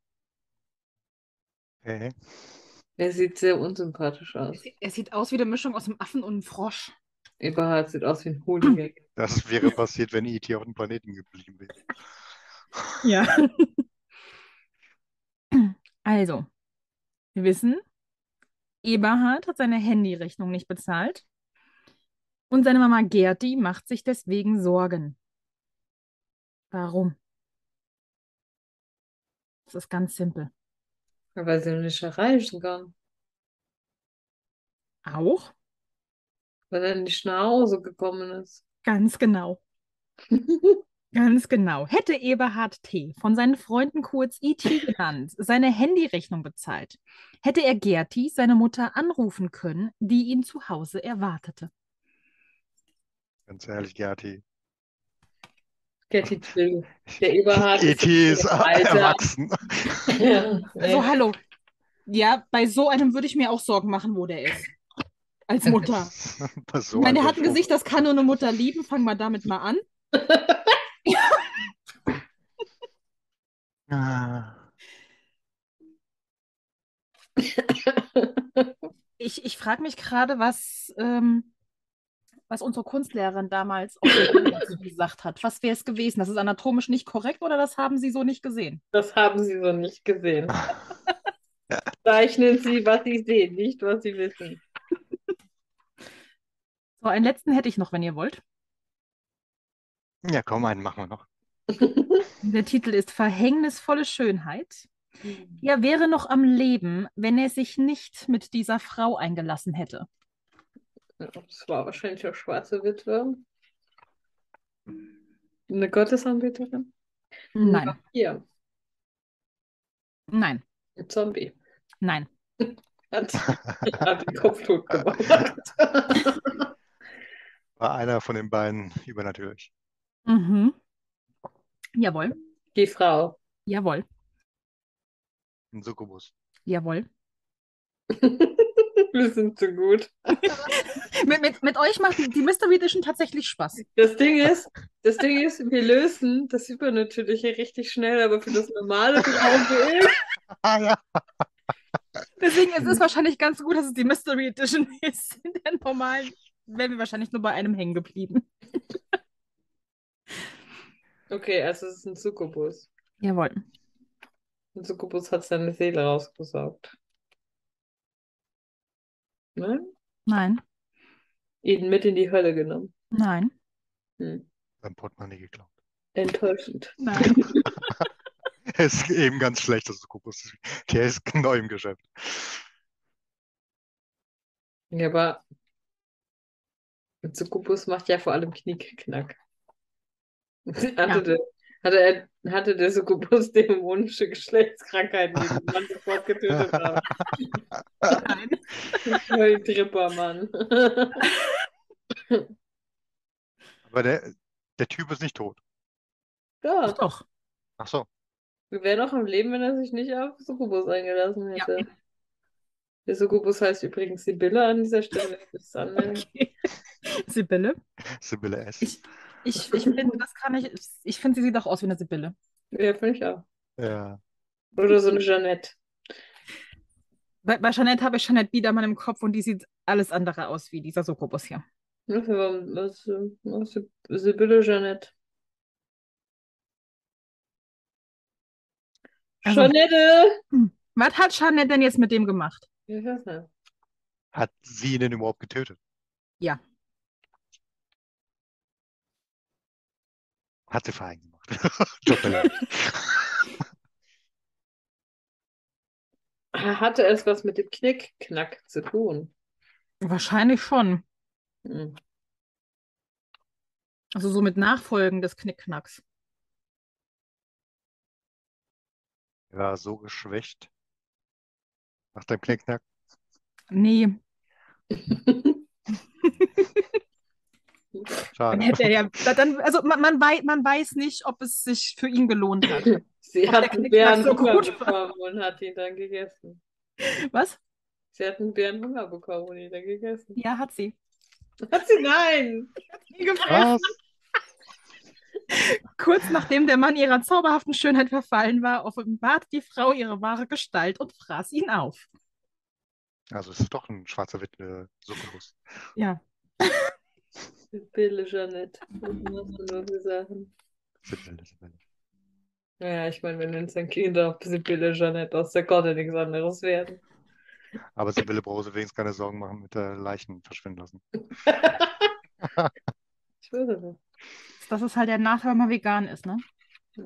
Speaker 5: Okay.
Speaker 1: er sieht sehr unsympathisch
Speaker 2: Er
Speaker 1: aus.
Speaker 2: sieht, er sieht aus wie eine Mischung aus einem Affen und einem Frosch.
Speaker 1: Eberhard sieht aus wie ein Hooligan.
Speaker 5: Das wäre
Speaker 2: Hm?
Speaker 5: passiert, wenn E.T. auf dem Planeten geblieben wäre.
Speaker 2: Ja. Also, wir wissen, Eberhard hat seine Handyrechnung nicht bezahlt. Und seine Mama Gerti macht sich deswegen Sorgen. Warum? Das ist ganz simpel.
Speaker 1: Weil sie nicht erreichen kann.
Speaker 2: Auch?
Speaker 1: Weil er nicht nach Hause gekommen ist.
Speaker 2: Ganz genau. Ganz genau. Hätte Eberhard T. von seinen Freunden kurz IT genannt, seine Handyrechnung bezahlt, hätte er Gerti, seine Mutter, anrufen können, die ihn zu Hause erwartete.
Speaker 5: Ganz ehrlich, Gerti.
Speaker 1: Gerti Till. Der Eberhard ist
Speaker 5: E.T. E ist
Speaker 1: im Alter.
Speaker 5: erwachsen.
Speaker 1: Ja, nee.
Speaker 2: Also hallo. Ja, bei so einem würde ich mir auch Sorgen machen, wo der ist. Als Mutter.
Speaker 5: Bei so
Speaker 2: Ich meine, der
Speaker 5: einem
Speaker 2: hat ein
Speaker 5: Spruch.
Speaker 2: Gesicht, das kann nur eine Mutter lieben. Fang mal damit mal an.
Speaker 5: Ah,
Speaker 2: Ich, ich frage mich gerade, was, ähm, was unsere Kunstlehrerin damals auf der Uni dazu gesagt hat. Was wäre es gewesen? Das ist anatomisch nicht korrekt oder das haben Sie so nicht gesehen?
Speaker 1: Das haben sie so nicht gesehen. Zeichnen Sie, was Sie sehen, nicht was Sie wissen.
Speaker 2: So, einen letzten hätte ich noch, wenn ihr wollt.
Speaker 5: Ja, komm, einen machen wir noch.
Speaker 2: Der Titel ist Verhängnisvolle Schönheit. Er wäre noch am Leben, wenn er sich nicht mit dieser Frau eingelassen hätte.
Speaker 1: Das war wahrscheinlich auch schwarze Witwe. Eine Gottesanbeterin?
Speaker 2: Nein,
Speaker 1: Hier,
Speaker 2: nein,
Speaker 1: ein Zombie.
Speaker 2: nein.
Speaker 1: Hat, hat den Kopf tot gemacht.
Speaker 5: War einer von den beiden übernatürlich.
Speaker 2: Mhm. Jawohl,
Speaker 1: Die Frau.
Speaker 2: jawohl,
Speaker 5: Ein Succubus.
Speaker 2: jawohl.
Speaker 1: Wir sind zu gut.
Speaker 2: Mit, mit, mit euch macht die Mystery Edition tatsächlich Spaß.
Speaker 1: Das Ding ist, das Ding ist, wir lösen das Übernatürliche richtig schnell, aber für das Normale brauchen wir irgendwie
Speaker 5: Ah ja,
Speaker 2: Deswegen ist es wahrscheinlich ganz gut, dass es die Mystery Edition ist. In der normalen wären wir wahrscheinlich nur bei einem hängen geblieben.
Speaker 1: Okay, also es ist ein Succubus.
Speaker 2: Jawohl.
Speaker 1: Ein Succubus hat seine Seele rausgesaugt. Ne?
Speaker 2: Nein,
Speaker 1: Ihn mit in die Hölle genommen.
Speaker 2: nein,
Speaker 1: Hm.
Speaker 5: sein Portemonnaie geklaut.
Speaker 1: Enttäuschend.
Speaker 2: nein.
Speaker 5: Er ist eben ganz schlecht, das Succubus. Der ist neu im Geschäft.
Speaker 1: Ja, aber ein Succubus macht ja vor allem Knickknack. Hatte,
Speaker 2: Ja.
Speaker 1: der, hatte, er, hatte der Succubus dämonische Geschlechtskrankheiten, die den Mann sofort getötet haben?
Speaker 2: nein.
Speaker 1: Voll Tripper, Mann.
Speaker 5: Aber der, der Typ ist nicht tot.
Speaker 1: Ja,
Speaker 2: Doch.
Speaker 5: Ach so.
Speaker 1: wir wären noch am Leben, wenn er sich nicht auf Succubus eingelassen
Speaker 2: Ja.
Speaker 1: hätte. Der Succubus heißt übrigens Sibylle an dieser Stelle. wenn ich Das äh, anmerke.
Speaker 2: Okay. Sibylle.
Speaker 5: Sibylle S.
Speaker 2: Ich- Ich, ich finde, das kann ich. Ich finde, sie sieht auch aus wie eine Sibylle.
Speaker 1: Ja, finde ich auch.
Speaker 5: Ja.
Speaker 1: Oder so eine Jeanette.
Speaker 2: Bei, bei Jeanette habe ich Jeanette Biedermann im Kopf und die sieht alles andere aus wie dieser Sokobus hier.
Speaker 1: Ne, wir waren- Was, äh, was, Sibylle Jeanette.
Speaker 2: Also-
Speaker 1: Jeanette!
Speaker 2: Was hat Jeanette denn jetzt mit dem gemacht?
Speaker 1: Ja, Ich weiß nicht.
Speaker 5: Hat sie ihn denn überhaupt getötet?
Speaker 2: Ja.
Speaker 5: Hat sie fein gemacht. Tut mir leid.
Speaker 1: Hatte es was mit dem Knickknack zu tun?
Speaker 2: Wahrscheinlich schon.
Speaker 1: Hm.
Speaker 2: Also so mit Nachfolgen des Knickknacks.
Speaker 5: Er war so geschwächt. Nach dem Knickknack.
Speaker 2: Nee, dann
Speaker 5: Schade.
Speaker 2: hätte er ja. da- Dann, also man, man, wei man weiß nicht, ob es sich für ihn gelohnt hat.
Speaker 1: Sie
Speaker 2: Ob der
Speaker 1: hat einen
Speaker 2: Knickknack
Speaker 1: Bären
Speaker 2: so
Speaker 1: Hunger
Speaker 2: gut
Speaker 1: bekommen und hat ihn dann gegessen.
Speaker 2: Was?
Speaker 1: Sie hat einen Bären Hunger bekommen und ihn dann gegessen.
Speaker 2: Ja, hat sie.
Speaker 1: Hat sie? Nein!
Speaker 5: Was?
Speaker 2: Kurz nachdem der Mann ihrer zauberhaften Schönheit verfallen war, offenbart die Frau ihre wahre Gestalt und fraß ihn auf.
Speaker 5: Also es ist doch ein schwarzer Witwe Succubus.
Speaker 2: Ja.
Speaker 1: Sibylle Jeanette. Das machst du nur für Sachen.
Speaker 5: Sibylle, Sibylle.
Speaker 1: Naja, ich meine, wir nennen sein Kind auch Sibylle Jeanette aus, der konnte nichts anderes werden.
Speaker 5: Aber Sibylle braucht sich wenigstens keine Sorgen machen mit der Leichen verschwinden lassen.
Speaker 1: Ich würde nicht.
Speaker 2: Das ist halt der Nachteil, wenn man vegan ist, ne?
Speaker 1: Ja.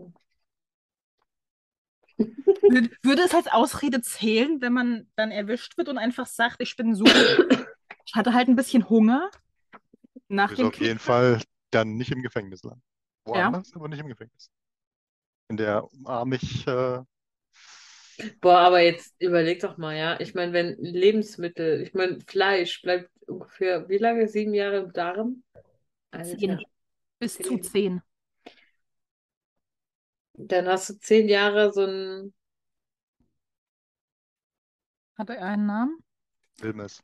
Speaker 2: Würde würde es als Ausrede zählen, wenn man dann erwischt wird und einfach sagt, ich bin so, ich hatte halt ein bisschen Hunger nach
Speaker 5: Wir
Speaker 2: dem
Speaker 5: auf jeden
Speaker 2: Krieg.
Speaker 5: Fall dann nicht im Gefängnis landen. Woanders, aber nicht im Gefängnis. In der armig, äh,
Speaker 1: Boah, aber jetzt überleg doch mal, ja. Ich meine, wenn Lebensmittel, ich meine, Fleisch bleibt ungefähr wie lange? Sieben Jahre im Darm? Alter.
Speaker 2: Zehn. Bis zu zehn.
Speaker 1: Dann hast du zehn Jahre so ein.
Speaker 2: Hat er einen Namen?
Speaker 5: Wilmes.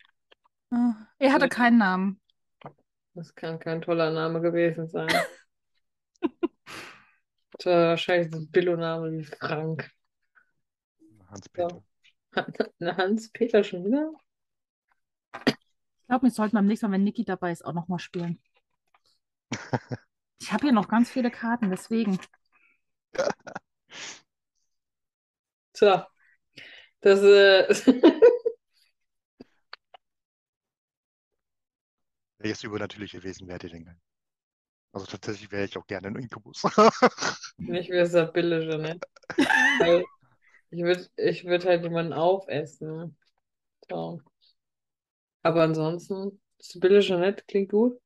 Speaker 2: Ah, Er hatte
Speaker 1: Ja.
Speaker 2: keinen Namen.
Speaker 1: Das kann kein toller Name gewesen sein. Das war wahrscheinlich so ein Billo-Name wie Frank.
Speaker 5: Hans-Peter.
Speaker 1: Na, Hans-Peter schon wieder?
Speaker 2: Ich glaube, wir sollten beim nächsten Mal, wenn Niki dabei ist, auch nochmal spielen. Ich habe hier noch ganz viele Karten, deswegen.
Speaker 1: So. Das, äh,
Speaker 5: Welches übernatürliche Wesen wärt ihr denn gern? Also tatsächlich wäre ich auch gerne ein Inkubus.
Speaker 1: Nicht mehr Sibylle, ne? Weil ich würde ich würd halt jemanden aufessen. So. Aber ansonsten, Sibylle Jeanette klingt gut.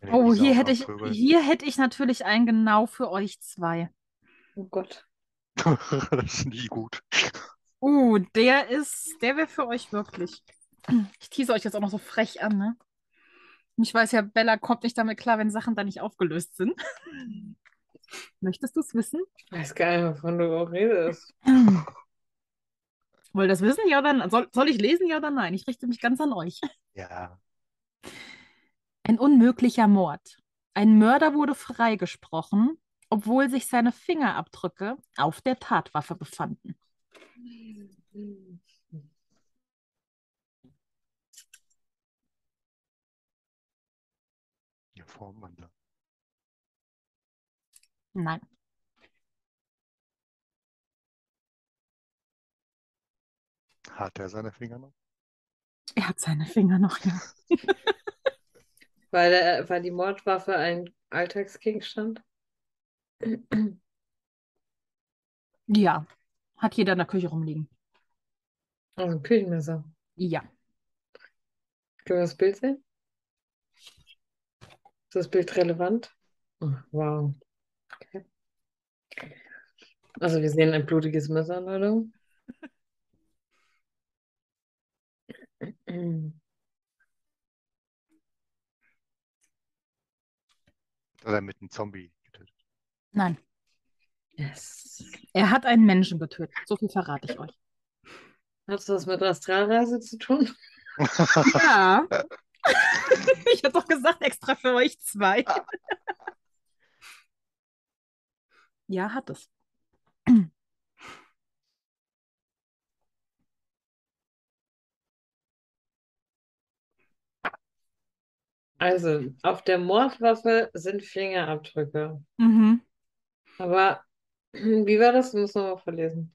Speaker 5: Wenn ihr
Speaker 2: Oh,
Speaker 5: die
Speaker 2: hier
Speaker 5: Sau
Speaker 2: hätte ich,
Speaker 5: verprügelt.
Speaker 2: hier hätte ich natürlich einen genau für euch zwei.
Speaker 1: Oh Gott.
Speaker 5: das ist nie gut.
Speaker 2: Uh, der ist, der wäre für euch wirklich. Ich tease euch jetzt auch noch so frech an, ne? Und Ich weiß ja, Bella kommt nicht damit klar, wenn Sachen da nicht aufgelöst sind. Möchtest du es wissen?
Speaker 1: Ich weiß gar nicht, wovon du auch redest.
Speaker 2: Wollt ihr das wissen, ja oder nein? Soll, soll ich lesen, ja oder nein? Ich richte mich ganz an euch.
Speaker 5: Ja.
Speaker 2: Ein unmöglicher Mord. Ein Mörder wurde freigesprochen, obwohl sich seine Fingerabdrücke auf der Tatwaffe befanden.
Speaker 5: Ihr Formwandler.
Speaker 2: Nein.
Speaker 5: Hat er seine Finger noch?
Speaker 2: Er hat seine Finger noch, ja.
Speaker 1: War, der, war die Mordwaffe ein Alltagsgegenstand?
Speaker 2: Ja. Hat jeder in der Küche rumliegen.
Speaker 1: Also ein Küchenmesser.
Speaker 2: Ja.
Speaker 1: Können wir das Bild sehen? Ist das Bild relevant? Oh, wow. Okay. Also wir sehen ein blutiges Messer, Leute.
Speaker 5: Hat er mit einem Zombie getötet?
Speaker 2: Nein.
Speaker 1: Yes.
Speaker 2: Er hat einen Menschen getötet. So viel verrate ich euch.
Speaker 1: Hat das was mit Astralreise zu tun?
Speaker 2: Ja. Ich habe doch gesagt, extra für euch zwei. Ja, hat es.
Speaker 1: Also, auf der Mordwaffe sind Fingerabdrücke.
Speaker 2: Mhm.
Speaker 1: Aber wie war das? Du musst nochmal verlesen.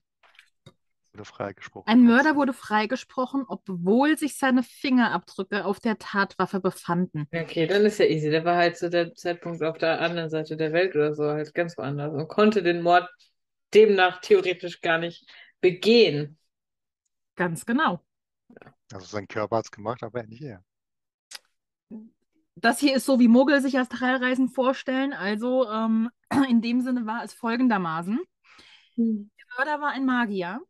Speaker 5: Wurde freigesprochen.
Speaker 2: Ein Mörder wurde freigesprochen, obwohl sich seine Fingerabdrücke auf der Tatwaffe befanden.
Speaker 1: Okay, dann ist ja easy. Der war halt zu dem Zeitpunkt auf der anderen Seite der Welt oder so, halt ganz woanders und konnte den Mord demnach theoretisch gar nicht begehen.
Speaker 2: Ganz genau.
Speaker 5: Also sein Körper hat es gemacht, aber nicht er.
Speaker 2: Das hier ist so, wie Mogel sich Astralreisen vorstellen. Also ähm, in dem Sinne war es folgendermaßen.
Speaker 1: Hm.
Speaker 2: Mörder war ein Magier.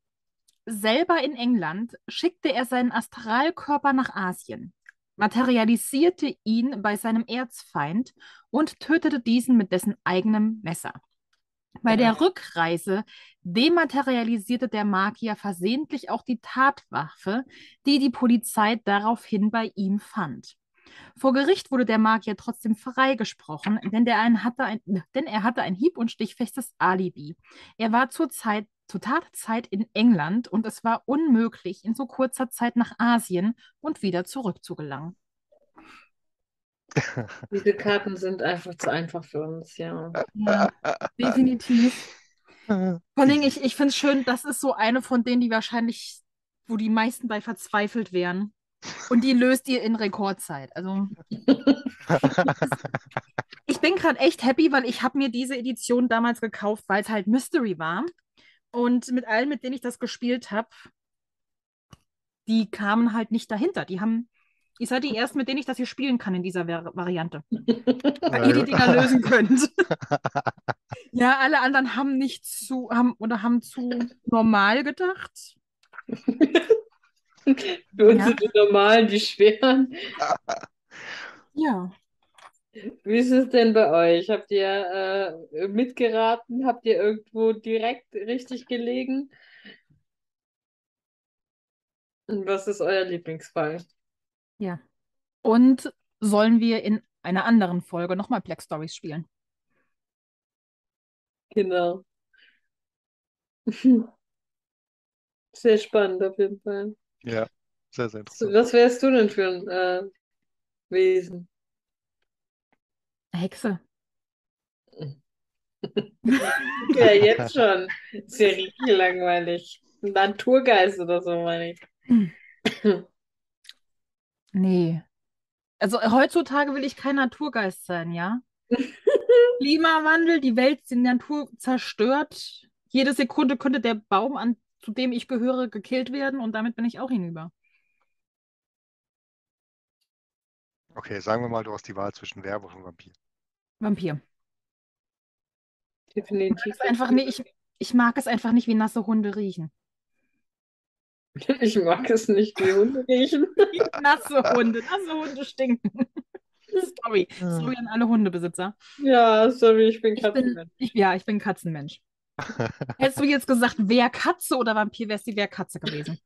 Speaker 2: Selber in England schickte er seinen Astralkörper nach Asien, materialisierte ihn bei seinem Erzfeind und tötete diesen mit dessen eigenem Messer. Bei der Rückreise dematerialisierte der Magier versehentlich auch die Tatwaffe, die die Polizei daraufhin bei ihm fand. Vor Gericht wurde der Magier trotzdem freigesprochen, denn, der ein hatte ein, denn er hatte ein hieb- und stichfestes Alibi. Er war zur Zeit, zur Tatzeit in England und es war unmöglich, in so kurzer Zeit nach Asien und wieder zurückzugelangen.
Speaker 1: Diese Karten sind einfach zu einfach für uns, ja.
Speaker 2: Ja, definitiv. Vor allem, ich, ich finde es schön, das ist so eine von denen, die wahrscheinlich, wo die meisten bei verzweifelt wären. Und die löst ihr in Rekordzeit. Also ich bin gerade echt happy, weil ich habe mir diese Edition damals gekauft, weil es halt Mystery war. Und mit allen, mit denen ich das gespielt habe, die kamen halt nicht dahinter. Die haben Ihr seid die ersten, mit denen ich das hier spielen kann in dieser Ver Variante.
Speaker 5: Ja,
Speaker 2: Weil ihr die
Speaker 5: gut.
Speaker 2: Dinger lösen könnt. ja, alle anderen haben nicht zu, haben oder haben zu normal gedacht.
Speaker 1: Für uns
Speaker 2: Ja.
Speaker 1: sind die normalen, die schweren.
Speaker 2: Ja.
Speaker 1: Wie ist es denn bei euch? Habt ihr äh, mitgeraten? Habt ihr irgendwo direkt richtig gelegen? Und was ist euer Lieblingsfall?
Speaker 2: Und sollen wir in einer anderen Folge nochmal Black Stories spielen?
Speaker 1: Genau. Sehr spannend auf jeden Fall.
Speaker 5: Ja, sehr, sehr
Speaker 1: So,
Speaker 5: interessant.
Speaker 1: Was wärst du denn für ein äh, Wesen?
Speaker 2: Hexe.
Speaker 1: Ja, jetzt schon. Ist ja richtig langweilig. Ein Naturgeist oder so, meine ich.
Speaker 2: Nee. Also heutzutage will ich kein Naturgeist sein, ja? Klimawandel, die Welt, die Natur zerstört. Jede Sekunde könnte der Baum, an, zu dem ich gehöre, gekillt werden und damit bin ich auch hinüber.
Speaker 5: Okay, sagen wir mal, du hast die Wahl zwischen Werwolf und Vampir.
Speaker 2: Vampir.
Speaker 1: Definitiv.
Speaker 2: Ist einfach nicht, ich, ich mag es einfach nicht, wie nasse Hunde riechen.
Speaker 1: Ich mag es nicht, wie Hunde riechen.
Speaker 2: Nasse Hunde, nasse Hunde stinken. Sorry. Sorry an alle Hundebesitzer.
Speaker 1: Ja, sorry, ich bin
Speaker 2: Ich
Speaker 1: Katzenmensch.
Speaker 2: bin, ich, ja, ich bin Katzenmensch. Hättest du jetzt gesagt, wer Katze oder Vampir, wärst die wer Katze gewesen.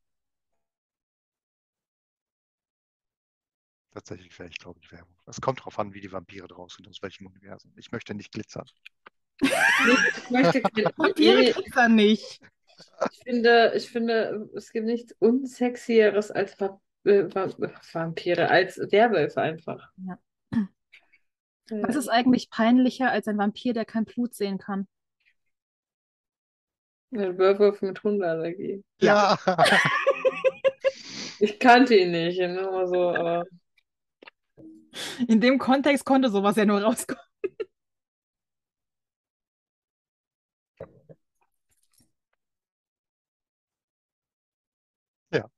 Speaker 5: Tatsächlich wäre ich, glaube ich, Werwolf. Es kommt drauf an, wie die Vampire drauf sind, aus welchem Universum. Ich möchte nicht glitzern.
Speaker 1: Ich möchte kein-
Speaker 2: Vampire
Speaker 1: Nee,
Speaker 2: kannst du nicht.
Speaker 1: ich finde, ich finde, es gibt nichts Unsexieres als Va äh, Va Vampire, als Werwölfe einfach. Äh,
Speaker 2: Ja.
Speaker 1: Ja.
Speaker 2: Was ist eigentlich peinlicher als ein Vampir, der kein Blut sehen kann?
Speaker 1: Ein Werwolf mit Hundeallergie.
Speaker 5: Ja!
Speaker 1: Ich kannte ihn nicht, ne? aber so, aber
Speaker 2: In dem Kontext konnte sowas ja nur rauskommen.
Speaker 5: Ja.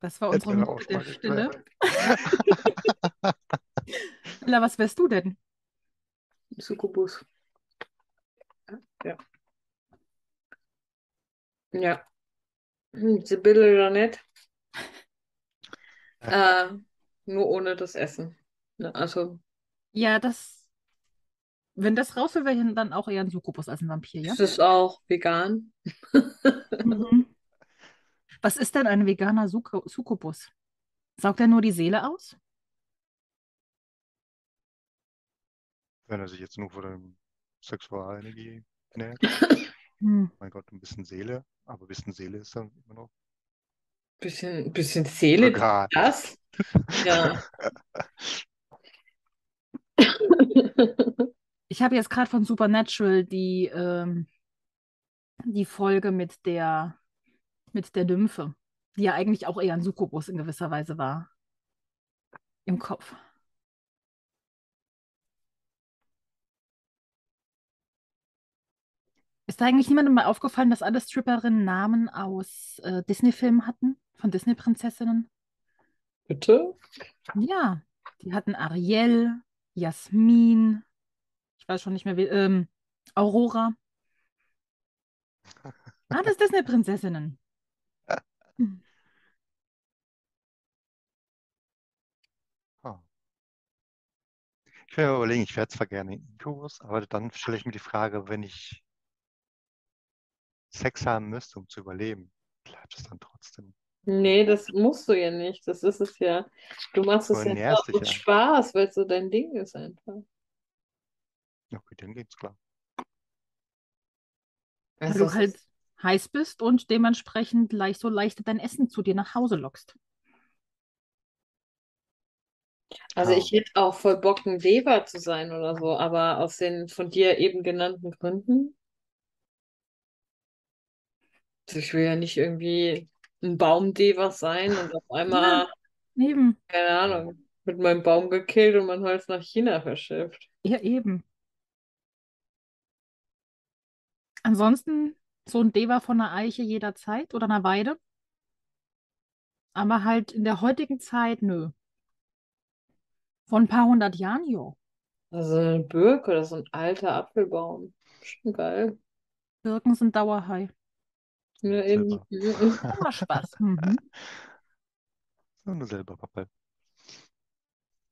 Speaker 2: Das war
Speaker 5: Hätte
Speaker 2: unsere
Speaker 5: mir
Speaker 2: Minute
Speaker 5: auch
Speaker 2: der
Speaker 5: mal
Speaker 2: Stille.
Speaker 5: gefallen.
Speaker 2: Ella, was wärst du denn?
Speaker 1: ein Succubus. Ja. Ja. Hm, Sibylle Jeanette. Äh, nur ohne das Essen. Ne, also.
Speaker 2: Ja, das. Wenn das raus will, wäre ich dann auch eher ein Succubus als ein Vampir, ja?
Speaker 1: Es ist auch vegan.
Speaker 2: Mhm. Was ist denn ein veganer Succu- Succubus? Saugt er nur die Seele aus?
Speaker 5: Wenn er sich jetzt nur von dem Sexualenergie nähert.
Speaker 2: Hm.
Speaker 5: Mein Gott, ein bisschen Seele. Aber ein bisschen Seele ist dann immer noch
Speaker 1: Bisschen, bisschen Seele,
Speaker 5: vegan.
Speaker 1: das? Ja.
Speaker 2: Ich habe jetzt gerade von Supernatural die, ähm, die Folge mit der, mit der Nymphe, die ja eigentlich auch eher ein Succubus in gewisser Weise war. Im Kopf. Ist da eigentlich niemandem mal aufgefallen, dass alle Stripperinnen Namen aus äh, Disney-Filmen hatten? Von Disney-Prinzessinnen?
Speaker 1: Bitte?
Speaker 2: Ja, die hatten Ariel, Jasmin, ich weiß schon nicht mehr, wie, ähm, Aurora. Ah, das Disney-Prinzessinnen. Hm.
Speaker 5: Ah. Ich will mir überlegen, ich wäre zwar gerne ein Inkubus, aber dann stelle ich mir die Frage, wenn ich Sex haben müsste, um zu überleben, bleibt es dann trotzdem.
Speaker 1: Nee, das musst du ja nicht. Das ist es ja. Du machst es
Speaker 5: Aber
Speaker 1: ja
Speaker 5: nährst dich
Speaker 1: nur aus
Speaker 5: ja.
Speaker 1: Spaß, weil es so dein Ding ist einfach.
Speaker 5: Okay, dann geht's klar.
Speaker 2: Weil
Speaker 1: Also
Speaker 2: du
Speaker 1: es
Speaker 2: halt
Speaker 1: ist-
Speaker 2: heiß bist und dementsprechend leicht so leicht dein Essen zu dir nach Hause lockst.
Speaker 1: also
Speaker 5: Ah.
Speaker 1: ich hätte auch voll Bock, ein Weber zu sein oder so, aber aus den von dir eben genannten Gründen. Also ich will ja nicht irgendwie ein Baumdever sein und auf einmal,
Speaker 2: Eben.
Speaker 1: keine Ahnung, mit meinem Baum gekillt und mein Holz nach China verschifft.
Speaker 2: Ja, eben. Ansonsten so ein Deva von einer Eiche jederzeit oder einer Weide. Aber halt in der heutigen Zeit, nö. Vor ein paar hundert Jahren, jo.
Speaker 1: Also eine Birke oder so ein alter Apfelbaum. Schon geil.
Speaker 2: Birken sind Dauerhai.
Speaker 1: Ja, eben.
Speaker 2: Immer Spaß. Mhm.
Speaker 5: Nur eine Silberpappe.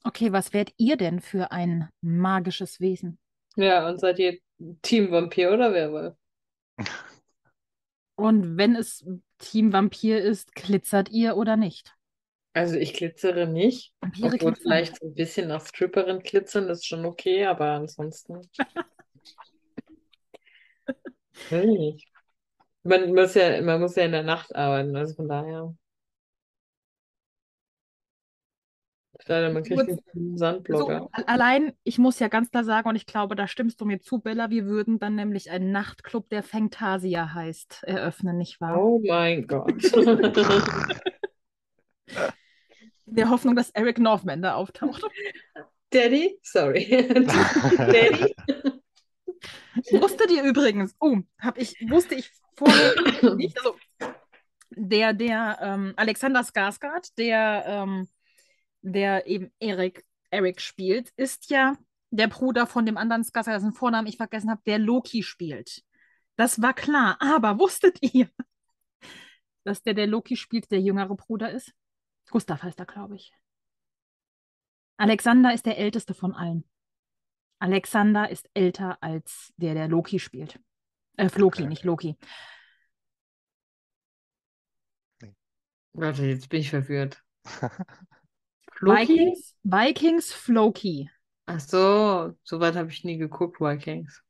Speaker 2: Okay, was wärt ihr denn für ein magisches Wesen?
Speaker 1: Ja, und seid ihr Team Vampir oder Werwolf?
Speaker 2: Und wenn es Team Vampir ist, glitzert ihr oder nicht?
Speaker 1: Also ich glitzere nicht.
Speaker 2: Vampire
Speaker 1: Obwohl
Speaker 2: glitzern.
Speaker 1: vielleicht so ein bisschen nach Stripperin glitzern, das ist schon okay, aber ansonsten. Weiß ich nicht. Man muss ja, man muss ja in der Nacht arbeiten, also von daher. Leider, man kriegt
Speaker 2: Kurz-
Speaker 1: einen
Speaker 2: So,
Speaker 1: Sandblocker.
Speaker 2: a- allein, ich muss ja ganz klar sagen, und ich glaube, da stimmst du mir zu, Bella, wir würden dann nämlich einen Nachtclub, der Fangtasia heißt, eröffnen, nicht wahr?
Speaker 1: Oh mein Gott.
Speaker 2: In der Hoffnung, dass Eric Northman da auftaucht.
Speaker 1: Daddy? Sorry. Daddy?
Speaker 2: Wusstet ihr übrigens, oh, hab ich, wusste ich vorher nicht, also der, der ähm, Alexander Skarsgård, der, ähm, der eben Eric, Eric spielt, ist ja der Bruder von dem anderen Skarsgård, dessen Vornamen ich vergessen habe, der Loki spielt. Das war klar, aber wusstet ihr, dass der, der Loki spielt, der jüngere Bruder ist? Gustav heißt er, glaube ich. Alexander ist der älteste von allen. Alexander ist älter als der, der Loki spielt. Äh, Loki,
Speaker 5: Okay.
Speaker 2: nicht Loki.
Speaker 1: Warte, jetzt bin ich verwirrt. Loki?
Speaker 2: Vikings, Vikings, Floki.
Speaker 1: Ach so, so weit habe ich nie geguckt, Vikings.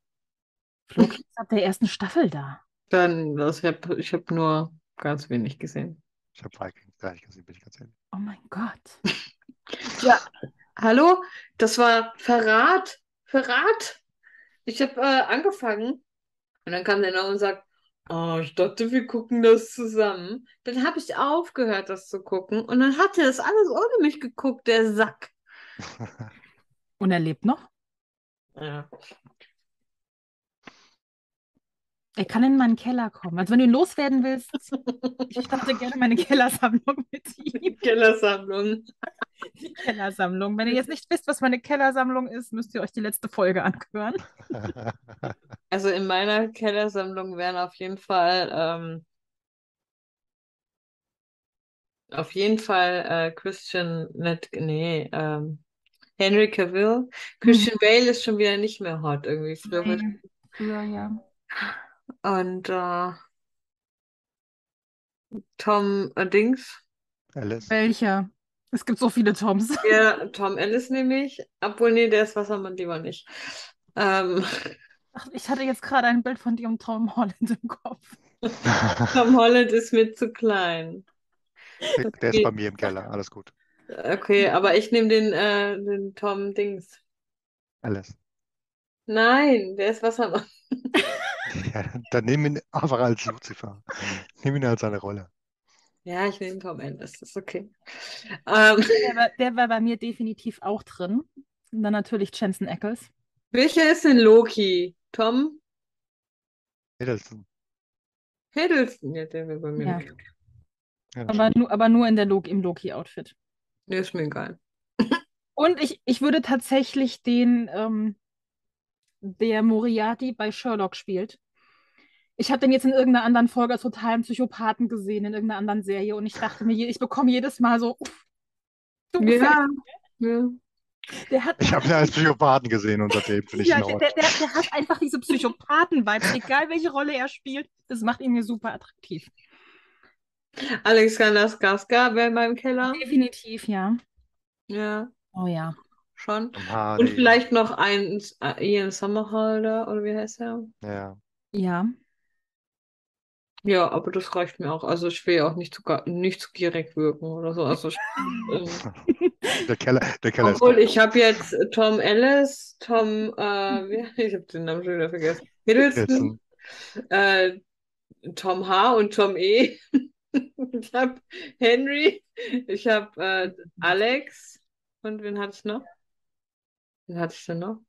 Speaker 2: Floki ist ab der ersten Staffel da.
Speaker 1: Dann, das, ich habe ich hab nur ganz wenig gesehen.
Speaker 5: Ich habe Vikings gar nicht gesehen, bin ich ganz ehrlich.
Speaker 2: Oh mein Gott.
Speaker 1: Hallo? Das war Verrat. Verrat. Ich habe äh, angefangen. Und dann kam der noch und sagt, oh, ich dachte, wir gucken das zusammen. Dann habe ich aufgehört, das zu gucken. Und dann hat er das alles ohne mich geguckt, der Sack.
Speaker 2: Und er lebt noch?
Speaker 1: Ja.
Speaker 2: Er kann in meinen Keller kommen. Also wenn du ihn loswerden willst, ich starte gerne meine Kellersammlung mit ihm.
Speaker 1: Kellersammlung.
Speaker 2: Die Kellersammlung. Wenn ihr jetzt nicht wisst, was meine Kellersammlung ist, müsst ihr euch die letzte Folge anhören.
Speaker 1: Also in meiner Kellersammlung wären auf jeden Fall ähm, auf jeden Fall äh, Christian nicht, nee, ähm, Henry Cavill.
Speaker 2: Hm.
Speaker 1: Christian Bale ist schon wieder nicht mehr hot irgendwie. Früher war-
Speaker 2: Früher, ja.
Speaker 1: Und äh, Tom äh, Dings.
Speaker 5: Alice.
Speaker 2: Welcher? Es gibt so viele Toms.
Speaker 1: Ja, Tom Ellis nämlich. Obwohl, nee, der ist Wassermann lieber nicht. Ähm,
Speaker 2: Ach, ich hatte jetzt gerade ein Bild von dir und Tom Holland im Kopf.
Speaker 1: Tom Holland ist mir zu klein.
Speaker 5: Der ist bei mir im Keller, alles gut.
Speaker 1: Okay, aber ich nehme den, äh, den Tom Dings.
Speaker 5: Alles.
Speaker 1: Nein, der ist Wassermann.
Speaker 5: Ja, dann nimm ihn einfach als Lucifer. Nimm ihn als seine Rolle.
Speaker 1: Ja, ich nehme Tom Ellis, das ist okay. Ähm,
Speaker 2: Der war, der war bei mir definitiv auch drin. Und dann natürlich Jensen Ackles.
Speaker 1: welcher ist denn Loki? Tom
Speaker 5: Hiddleston.
Speaker 1: Hiddleston, ja, der wäre bei mir.
Speaker 2: Ja.
Speaker 1: okay.
Speaker 5: Ja, das
Speaker 2: Aber, nur- aber nur in der Log im Loki-Outfit.
Speaker 1: Der ist mir egal.
Speaker 2: Und ich, ich würde tatsächlich den, ähm, der Moriarty bei Sherlock spielt. Ich habe den jetzt in irgendeiner anderen Folge als totalen Psychopathen gesehen, in irgendeiner anderen Serie. Und ich dachte mir, je- ich bekomme jedes Mal so, uff, du halt,
Speaker 1: Ja, ja.
Speaker 2: der hat,
Speaker 5: Ich habe ihn als Psychopathen gesehen, unser Leben, finde ich
Speaker 2: ja,
Speaker 5: in
Speaker 2: der,
Speaker 5: Ordnung.
Speaker 2: der, der hat einfach diese Psychopathen-Vibes, egal welche Rolle er spielt. Das macht ihn mir super attraktiv.
Speaker 1: Alexander Skarsgård wäre in meinem Keller.
Speaker 2: Definitiv, ja.
Speaker 1: Ja,
Speaker 2: Oh ja.
Speaker 1: schon.
Speaker 5: Am Haar,
Speaker 1: Und
Speaker 5: Ah, nee.
Speaker 1: vielleicht noch ein äh, Ian Somerhalder, oder wie heißt er?
Speaker 5: Ja.
Speaker 2: Ja.
Speaker 1: Ja, aber das reicht mir auch. Also ich will ja auch nicht zu, ga- nicht zu gierig wirken oder so. Also ich, ähm,
Speaker 5: Der Keller, der Keller ist
Speaker 1: Obwohl,
Speaker 5: geil.
Speaker 1: ich habe jetzt äh, Tom Ellis, Tom, äh, wie- ich habe den Namen schon wieder vergessen, Hiddleston,
Speaker 5: Hiddleston.
Speaker 1: äh, Tom H. und Tom E. Ich habe Henry, ich habe äh, Alex und wen hatte ich noch? Wen hatte ich denn noch?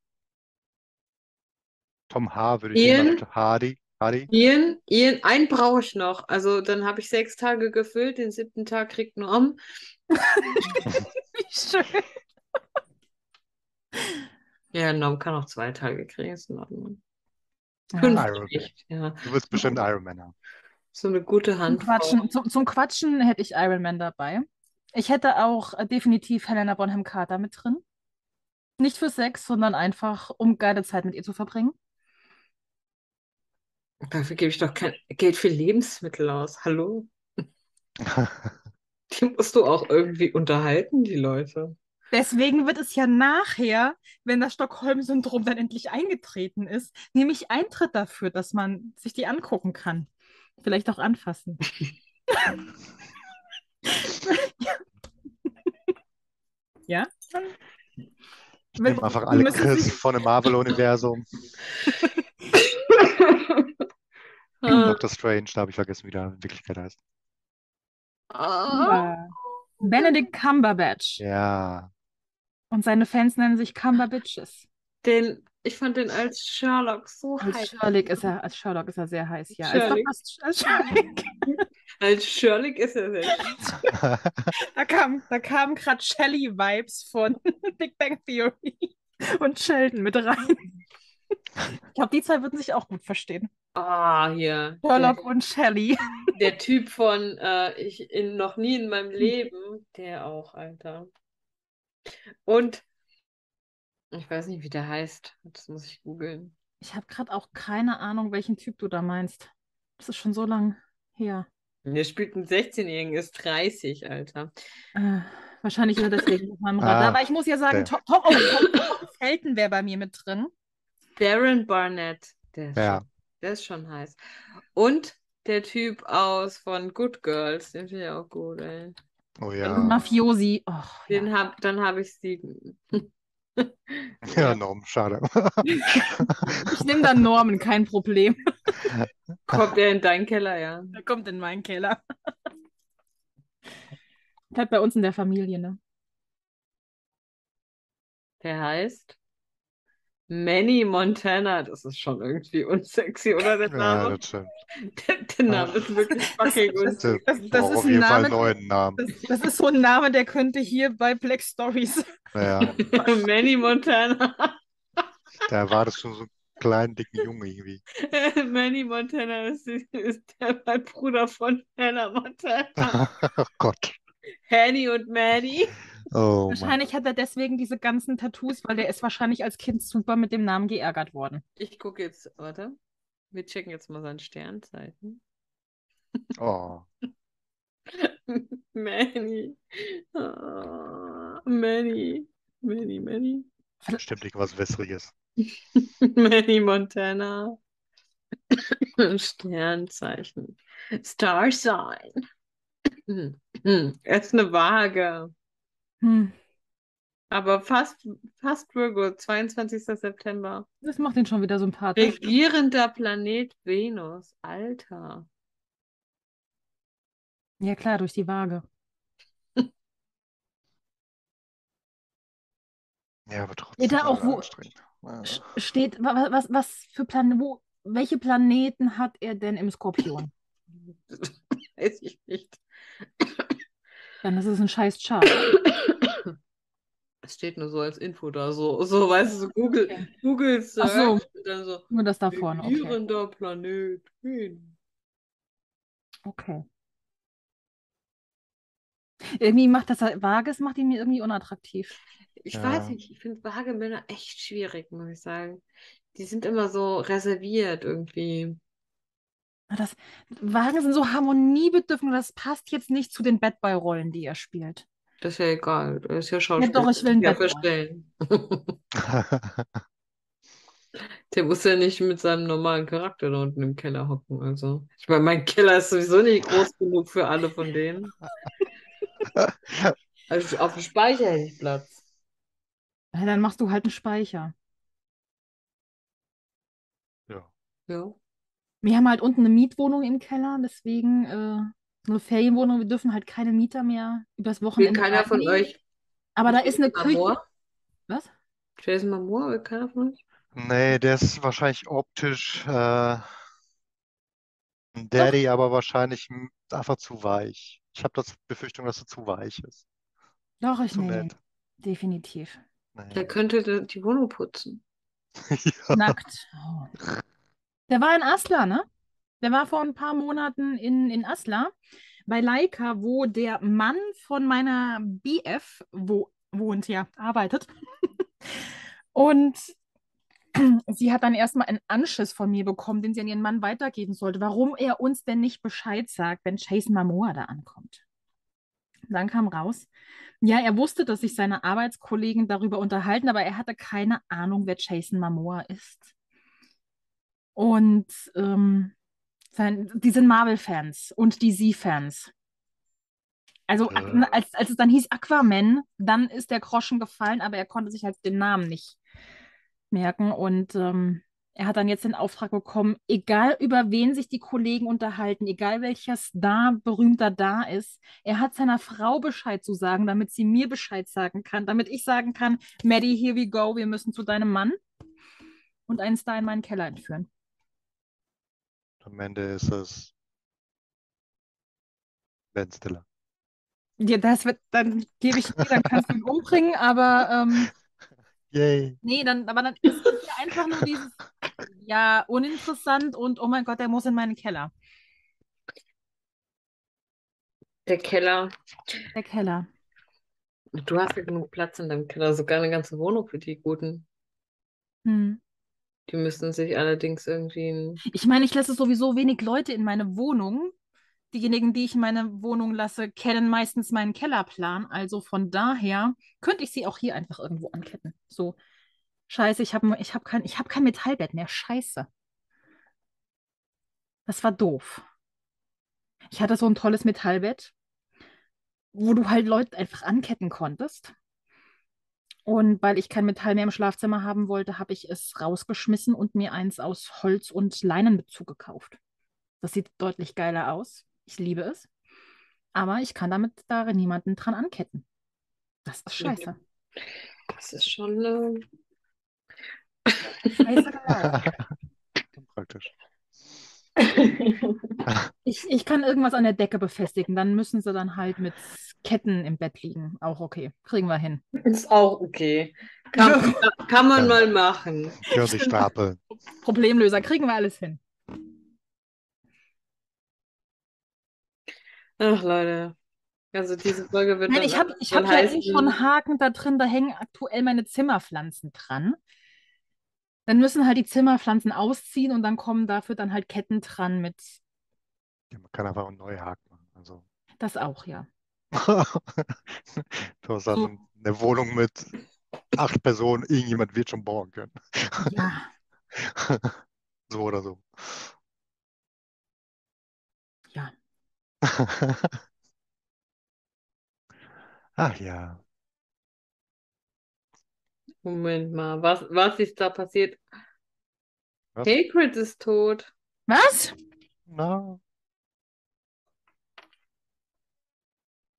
Speaker 5: Tom H. würde ich
Speaker 1: Ian?
Speaker 5: nehmen. Hardy. Hardy,
Speaker 1: Ian, Ian, einen brauche ich noch. Also dann habe ich sechs Tage gefüllt, den siebten Tag kriegt Norm.
Speaker 2: Wie schön.
Speaker 1: Ja, Norm kann auch zwei Tage kriegen, ist in Ordnung. Fünf
Speaker 2: Ja.
Speaker 5: Iron Man.
Speaker 1: kriegt, ja.
Speaker 5: du wirst bestimmt Iron Man haben.
Speaker 1: So eine gute
Speaker 2: Zum
Speaker 1: Hand.
Speaker 2: Quatschen, zum, zum Quatschen hätte ich Iron Man dabei. Ich hätte auch äh, definitiv Helena Bonham Carter mit drin. Nicht für Sex, sondern einfach, um geile Zeit mit ihr zu verbringen.
Speaker 1: Dafür gebe ich doch kein Geld für Lebensmittel aus. Hallo? Die musst du auch irgendwie unterhalten, die Leute.
Speaker 2: Deswegen wird es ja nachher, wenn das Stockholm-Syndrom dann endlich eingetreten ist, nämlich Eintritt dafür, dass man sich die angucken kann. Vielleicht auch anfassen. ja.
Speaker 5: Ich nehme einfach alle
Speaker 2: müssen
Speaker 5: Chris
Speaker 2: sich-
Speaker 5: von dem Marvel-Universum.
Speaker 1: Äh,
Speaker 2: Äh.
Speaker 1: Ah,
Speaker 5: Doctor Strange, da habe ich vergessen, wie der in Wirklichkeit heißt.
Speaker 1: ah.
Speaker 2: Ja. Benedict Cumberbatch.
Speaker 5: Ja,
Speaker 2: Und seine Fans nennen sich Cumberbitches.
Speaker 1: Den, ich fand den als Sherlock so
Speaker 2: Als
Speaker 1: heiß.
Speaker 2: Sherlock ist er, als Sherlock ist er sehr heiß, ja. Als
Speaker 1: Sherlock.
Speaker 2: Dr. Sch- als Sherlock.
Speaker 1: Als Sherlock ist er sehr
Speaker 2: Da kamen da kam gerade Shelley-Vibes von Big Bang Theory und Sheldon mit rein. Ich glaube, die zwei würden sich auch gut verstehen.
Speaker 1: Ah, hier.
Speaker 2: Sherlock und Shelley.
Speaker 1: Der, der Typ von äh, ich in, noch nie in meinem Leben. Der auch, Alter. Und ich weiß nicht, wie der heißt. Das muss ich googeln.
Speaker 2: Ich habe gerade auch keine Ahnung, welchen Typ du da meinst. Das ist schon so lang her.
Speaker 1: Der spielt einen 16-Jährigen, ist 30, Alter.
Speaker 2: Äh, wahrscheinlich ist er deswegen auf meinem
Speaker 5: Ah,
Speaker 2: Radar. Aber ich muss ja sagen,
Speaker 5: der.
Speaker 2: Tom, Tom, oh, Tom, Tom Felton wäre bei mir mit drin.
Speaker 1: Darren Barnett. Der ist
Speaker 5: Ja.
Speaker 1: schon, der ist schon heiß. Und der Typ aus von Good Girls. Den finde ich auch gut, ey.
Speaker 5: oh
Speaker 2: Und
Speaker 5: ja.
Speaker 2: Mafiosi. Och, ja.
Speaker 1: Den hab, dann habe ich sieben.
Speaker 5: Ja, Norm, schade.
Speaker 2: Ich nehme dann Norman, kein Problem.
Speaker 1: Kommt er in deinen Keller, ja.
Speaker 2: Der kommt in meinen Keller. Bleibt bei uns in der Familie, ne?
Speaker 1: Der heißt Manny Montana. Das ist schon irgendwie unsexy, oder der
Speaker 2: Genau.
Speaker 5: Ja,
Speaker 1: Name?
Speaker 5: das stimmt.
Speaker 1: Der, der Name ist wirklich fucking
Speaker 2: Das-
Speaker 1: unsexy.
Speaker 2: Das,
Speaker 5: Braucht
Speaker 2: das ist
Speaker 5: auf
Speaker 2: ein
Speaker 5: jeden Fall
Speaker 2: Name,
Speaker 5: einen neuen Namen.
Speaker 2: das, das ist so ein Name, der könnte hier bei Black Stories.
Speaker 5: Ja,
Speaker 1: Manny Montana.
Speaker 5: da erwartest du so einen kleinen, dicken Junge irgendwie.
Speaker 1: Manny Montana ist, ist der mein Bruder von Hannah Montana.
Speaker 5: Oh Gott.
Speaker 1: Hanny und Manny.
Speaker 5: Oh Mann.
Speaker 2: Wahrscheinlich hat er deswegen diese ganzen Tattoos, weil der ist wahrscheinlich als Kind super mit dem Namen geärgert worden.
Speaker 1: Ich gucke jetzt, warte. Wir checken jetzt mal sein Sternzeichen.
Speaker 5: Oh.
Speaker 1: Manny. Oh, Manny. Manny, Manny.
Speaker 5: Stimmt irgendwas Wässriges.
Speaker 1: Manny Montana. Sternzeichen. Star Sign. Er ist eine Waage.
Speaker 2: Hm,
Speaker 1: Aber fast, fast Virgo, 22. September.
Speaker 2: das macht ihn schon wieder sympathisch.
Speaker 1: Regierender Planet Venus. Alter.
Speaker 2: Ja klar, durch die Waage.
Speaker 5: Ja, aber trotzdem.
Speaker 2: Ja, da
Speaker 5: ist
Speaker 2: auch
Speaker 5: das
Speaker 2: wo-
Speaker 5: anstrengend. Ja.
Speaker 2: Sch- Steht, wa- wa- was, was für Plan, wo, welche Planeten hat er denn im Skorpion?
Speaker 1: Weiß ich nicht.
Speaker 2: Dann ist es ein scheiß Chart.
Speaker 1: Es steht nur so als Info da. So, so weißt du, so Google,
Speaker 2: Okay.
Speaker 1: Google
Speaker 2: Ach
Speaker 1: Search
Speaker 2: so.
Speaker 1: und dann so.
Speaker 2: Nur das da vorne. Okay.
Speaker 1: Regierender Planet Venus.
Speaker 2: okay. Irgendwie macht das halt, Vages, macht ihn mir irgendwie unattraktiv.
Speaker 1: Ich
Speaker 5: Ja.
Speaker 1: weiß nicht, ich finde vage Männer echt schwierig, muss ich sagen. Die sind immer so reserviert irgendwie.
Speaker 2: Das, Wagen sind so harmoniebedürftig und das passt jetzt nicht zu den Badboy-Rollen, die er spielt.
Speaker 1: Das ist ja egal. Das ist ja Schauspiel.
Speaker 2: doch, ich will einen
Speaker 1: ja
Speaker 2: Batman.
Speaker 1: verstellen. Der muss ja nicht mit seinem normalen Charakter da unten im Keller hocken. Also, ich meine, mein Keller ist sowieso nicht groß genug für alle von denen. Also auf dem Speicher hätte ich Platz.
Speaker 2: Ja, dann machst du halt einen Speicher.
Speaker 5: ja.
Speaker 1: Ja.
Speaker 2: Wir haben halt unten eine Mietwohnung im Keller, deswegen äh, eine Ferienwohnung. Wir dürfen halt keine Mieter mehr übers
Speaker 1: Will
Speaker 2: Wochenende
Speaker 1: keiner von
Speaker 2: aufnehmen.
Speaker 1: euch
Speaker 2: Aber da ist eine
Speaker 1: Jason
Speaker 2: Küche.
Speaker 1: Momoa?
Speaker 2: Was?
Speaker 1: Jason Momoa, will keiner von euch?
Speaker 5: Nee, der ist wahrscheinlich optisch äh, Daddy aber wahrscheinlich m- einfach zu weich. Ich habe das Befürchtung, dass er zu weich ist.
Speaker 2: Doch, ich
Speaker 5: Zu
Speaker 2: nehme.
Speaker 5: nett.
Speaker 2: Definitiv.
Speaker 1: Der
Speaker 5: Nee.
Speaker 1: könnte die- die Wohnung putzen.
Speaker 5: Ja.
Speaker 2: Nackt. Oh. Der war in Asla, ne? Der war vor ein paar Monaten in, in Asla bei Leica, wo der Mann von meiner BF wo, wohnt, ja, arbeitet. Und sie hat dann erstmal einen Anschiss von mir bekommen, den sie an ihren Mann weitergeben sollte, warum er uns denn nicht Bescheid sagt, wenn Chase Mamoa da ankommt. Dann kam raus, ja, er wusste, dass sich seine Arbeitskollegen darüber unterhalten, aber er hatte keine Ahnung, wer Jason Momoa ist. Und ähm, sein, die sind Marvel-Fans und DC-Fans. Also
Speaker 5: Äh.
Speaker 2: Aqu- als, als es dann hieß Aquaman, dann ist der Groschen gefallen, aber er konnte sich halt den Namen nicht merken. Und ähm, er hat dann jetzt den Auftrag bekommen, egal über wen sich die Kollegen unterhalten, egal welcher Star berühmter da ist, er hat seiner Frau Bescheid zu sagen, damit sie mir Bescheid sagen kann, damit ich sagen kann, Maddie, here we go, wir müssen zu deinem Mann und einen Star in meinen Keller entführen.
Speaker 5: Am Ende ist es Ben Stiller.
Speaker 2: Ja, das wird, dann gebe ich dir, dann kannst du ihn umbringen, aber ähm,
Speaker 5: Yay.
Speaker 2: nee, dann, aber dann ist es ja einfach nur dieses, ja, uninteressant und oh mein Gott, der muss in meinen Keller.
Speaker 1: Der Keller.
Speaker 2: Der Keller.
Speaker 1: Du hast ja genug Platz in deinem Keller, sogar eine ganze Wohnung für die Guten.
Speaker 2: Hm.
Speaker 1: Die müssten sich allerdings irgendwie ein.
Speaker 2: Ich meine, ich lasse sowieso wenig Leute in meine Wohnung. Diejenigen, die ich in meine Wohnung lasse, kennen meistens meinen Kellerplan. Also von daher könnte ich sie auch hier einfach irgendwo anketten. So, scheiße, ich habe ich hab kein, ich hab kein Metallbett mehr. Scheiße. Das war doof. Ich hatte so ein tolles Metallbett, wo du halt Leute einfach anketten konntest. Und weil ich kein Metall mehr im Schlafzimmer haben wollte, habe ich es rausgeschmissen und mir eins aus Holz und Leinenbezug gekauft. Das sieht deutlich geiler aus. Ich liebe es. Aber ich kann damit darin niemanden dran anketten. Das ist
Speaker 1: Mhm.
Speaker 2: scheiße.
Speaker 1: Das ist schon. Äh...
Speaker 2: Scheiße gelaufen.
Speaker 5: Praktisch.
Speaker 1: ähm,
Speaker 2: Ich, ich kann irgendwas an der Decke befestigen. Dann müssen sie dann halt mit Ketten im Bett liegen. Auch okay. Kriegen wir hin.
Speaker 1: Ist auch okay. Kann, kann man mal machen.
Speaker 5: Können sich stapeln.
Speaker 2: Problemlöser. Kriegen wir alles hin.
Speaker 1: Ach, Leute. Also diese Folge wird
Speaker 2: Nein,
Speaker 1: dann
Speaker 2: ich habe ich
Speaker 1: dann
Speaker 2: hab ja eh
Speaker 1: heißen-
Speaker 2: schon Haken da drin, da hängen aktuell meine Zimmerpflanzen dran. Dann müssen halt die Zimmerpflanzen ausziehen und dann kommen dafür dann halt Ketten dran mit
Speaker 5: Ja, man kann einfach einen neuen Haken machen. Also.
Speaker 2: das auch, ja.
Speaker 5: Du hast dann eine Wohnung mit acht Personen, irgendjemand wird schon bohren können.
Speaker 2: Ja,
Speaker 5: So oder so.
Speaker 2: Ja.
Speaker 5: Ach ja.
Speaker 1: Moment mal, was, was ist da passiert?
Speaker 5: Was?
Speaker 1: Hagrid ist tot.
Speaker 2: Was?
Speaker 5: Na,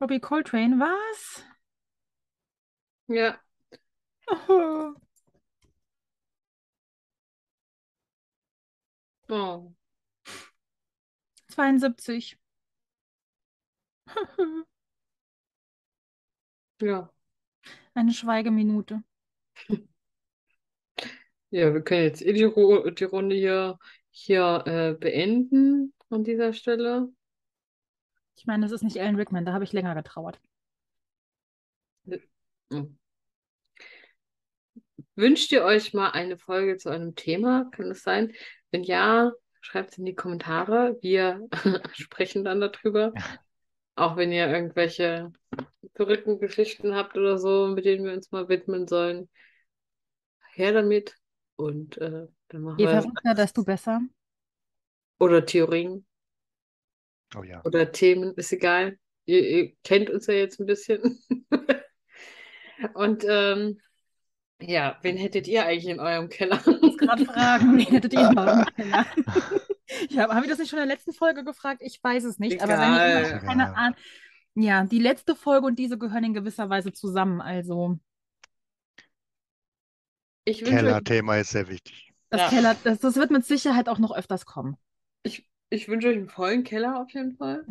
Speaker 2: Robbie Coltrane, was?
Speaker 1: Ja,
Speaker 2: Oh.
Speaker 1: oh.
Speaker 2: 72.
Speaker 1: Ja.
Speaker 2: Eine Schweigeminute.
Speaker 1: Ja, wir können jetzt eh die, Ru die Runde hier, hier äh, beenden an dieser Stelle.
Speaker 2: Ich meine, das ist nicht Alan Rickman, da habe ich länger getrauert.
Speaker 1: Hm. Wünscht ihr euch mal eine Folge zu einem Thema? Kann das sein? Wenn ja, schreibt es in die Kommentare. Wir sprechen dann darüber. Auch wenn ihr irgendwelche verrückten Geschichten habt oder so, mit denen wir uns mal widmen sollen. Her damit. Und äh, dann machen
Speaker 2: Je
Speaker 1: wir das.
Speaker 2: verrückter, desto besser.
Speaker 1: Oder Theorien
Speaker 5: oh ja.
Speaker 1: oder Themen, ist egal. Ihr, ihr kennt uns ja jetzt ein bisschen. Und ähm, ja, wen hättet ihr eigentlich in eurem Keller?
Speaker 2: gerade fragen, wen hättet ihr mal im Keller? Ich habe hab ich das nicht schon in der letzten Folge gefragt? Ich weiß es nicht, aber wenn ihr
Speaker 1: Egal.
Speaker 2: immer noch keine Ahnung. Ja, die letzte Folge und diese gehören in gewisser Weise zusammen. Also
Speaker 1: Ich wünsche euch,
Speaker 5: Kellerthema ist sehr wichtig.
Speaker 2: das
Speaker 1: Ja.
Speaker 2: Keller, das, das wird mit Sicherheit auch noch öfters kommen.
Speaker 1: ich, Ich wünsche euch einen vollen Keller auf jeden Fall.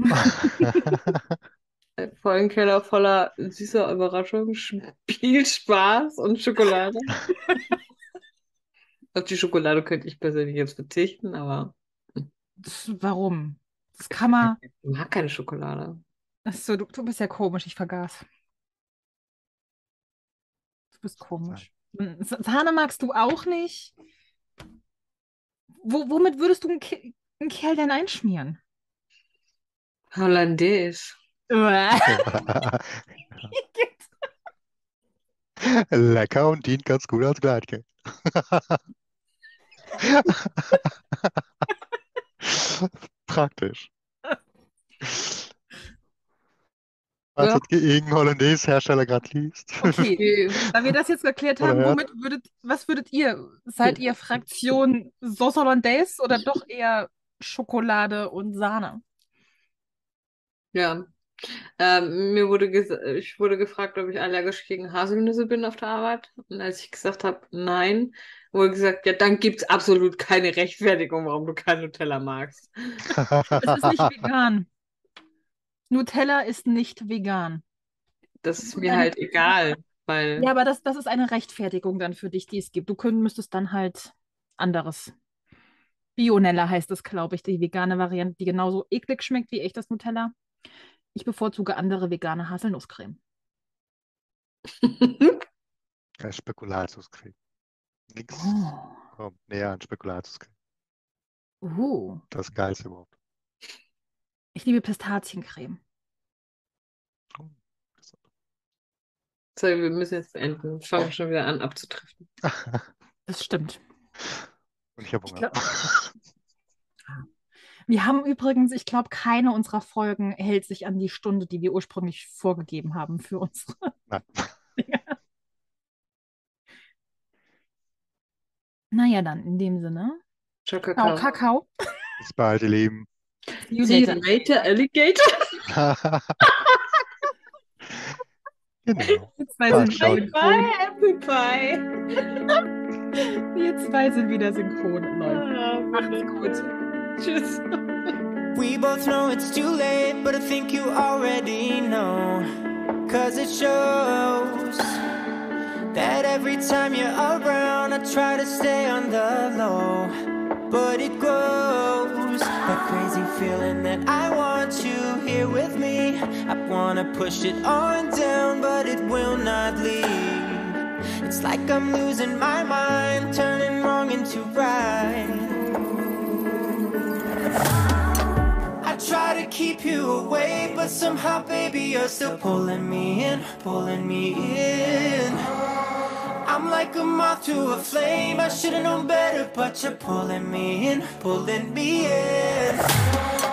Speaker 1: Einen vollen Keller voller süßer Überraschungen, Sch- viel Spaß und Schokolade. Auf die Schokolade könnte ich persönlich jetzt verzichten, aber
Speaker 2: Das, warum? Das kann man.
Speaker 1: ich mag keine Schokolade.
Speaker 2: Achso, du, du bist ja komisch, ich vergaß. Du bist komisch. Hm, Sa- Sahne magst du auch nicht. Wo, womit würdest du einen, Ke einen Kerl denn einschmieren?
Speaker 1: Hollandaise.
Speaker 5: Lecker und dient ganz gut als Gleitgel. Praktisch. Falls
Speaker 1: Ja.
Speaker 5: das irgendein Hollandaise-Hersteller gerade liest.
Speaker 2: Okay,
Speaker 1: Okay.
Speaker 2: da wir das jetzt geklärt
Speaker 5: Oder
Speaker 2: haben,
Speaker 5: ja.
Speaker 2: womit würdet, was würdet ihr? Seid ihr Fraktion Sauce Hollandaise oder doch eher Schokolade und Sahne?
Speaker 1: Ja. Ähm, mir wurde ges ich wurde gefragt, ob ich allergisch gegen Haselnüsse bin auf der Arbeit. Und als ich gesagt habe, nein, wurde gesagt, ja, dann gibt's absolut keine Rechtfertigung, warum du kein Nutella magst.
Speaker 2: Es ist nicht vegan. Nutella ist nicht vegan.
Speaker 1: Das ist mir halt egal, weil
Speaker 2: Ja, aber das, das ist eine Rechtfertigung dann für dich, die es gibt. Du könnt, müsstest dann halt anderes. Bionella heißt es, glaube ich, die vegane Variante, die genauso eklig schmeckt wie echtes Nutella. Ich bevorzuge andere vegane Haselnusscreme.
Speaker 5: Als Spekulatiuscreme. Nix
Speaker 2: Oh.
Speaker 5: kommt näher an Spekulatiuscreme.
Speaker 2: Uh.
Speaker 5: Das Geilste überhaupt.
Speaker 2: Ich liebe Pistaziencreme.
Speaker 1: so, wir müssen jetzt beenden. Ich fange schon wieder an abzutriften.
Speaker 2: Das stimmt.
Speaker 5: Und ich habe
Speaker 2: Ich
Speaker 5: Hunger.
Speaker 2: Wir haben übrigens, ich glaube, keine unserer Folgen hält sich an die Stunde, die wir ursprünglich vorgegeben haben für unsere.
Speaker 5: Nein.
Speaker 2: Naja, dann in dem Sinne.
Speaker 1: Ciao,
Speaker 2: Kakao,
Speaker 1: Kakao.
Speaker 2: Kakao.
Speaker 5: Bis bald, ihr Lieben.
Speaker 2: See you
Speaker 1: See you
Speaker 2: later.
Speaker 1: later, Alligator.
Speaker 5: Genau.
Speaker 2: Wir zwei sind
Speaker 5: Ciao.
Speaker 2: wieder synchron.
Speaker 1: Apple Pie.
Speaker 2: Wir zwei sind wieder synchron, Leute.
Speaker 1: Macht's gut. Tschüss.
Speaker 6: We both know it's too late, but I think you already know. Cause it shows that every time you're around, I try to stay on the low. But it grows that crazy feeling that I want you here with me. I wanna push it on down, but it will not leave. It's like I'm losing my mind, turning wrong into right. I try to keep you away, but somehow, baby, you're still pulling me in, pulling me in. I'm like a moth to a flame. I should've known better, but you're pulling me in, pulling me in.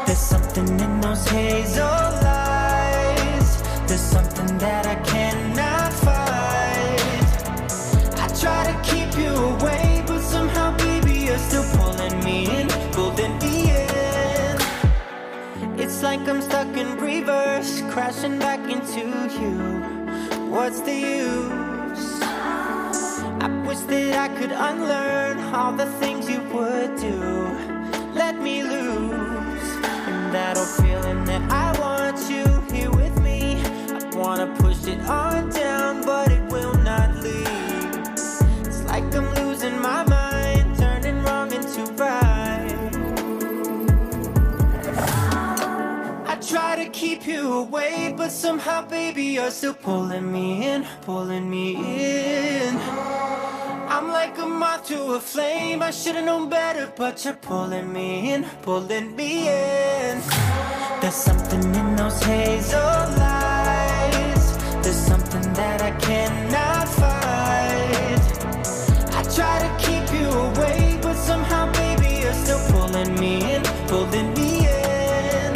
Speaker 6: There's something in those hazel eyes. There's something that I cannot fight. I try to keep you away, but somehow, baby, you're still pulling me in, pulling me in. It's like I'm stuck in reverse, crashing back into you. What's the use? I wish that I could unlearn all the things you would do. Let me loose. And that old feeling that I want you here with me. I wanna push it on down, but it will not leave. It's like I'm losing my mind, turning wrong into right. I try to keep you away, but somehow, baby, you're still pulling me in, pulling me in. I'm like a moth to a flame. I should've known better, but you're pulling me in, pulling me in. There's something in those hazel eyes. There's something that I cannot fight. I try to keep you away, but somehow, baby, you're still pulling me in, pulling me in.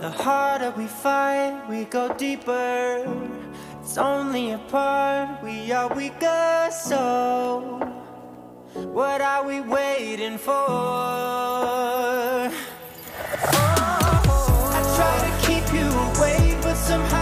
Speaker 6: The harder we fight, we go deeper. It's only a part, we are weaker, so what are we waiting for? Oh, I try to keep you away, but somehow,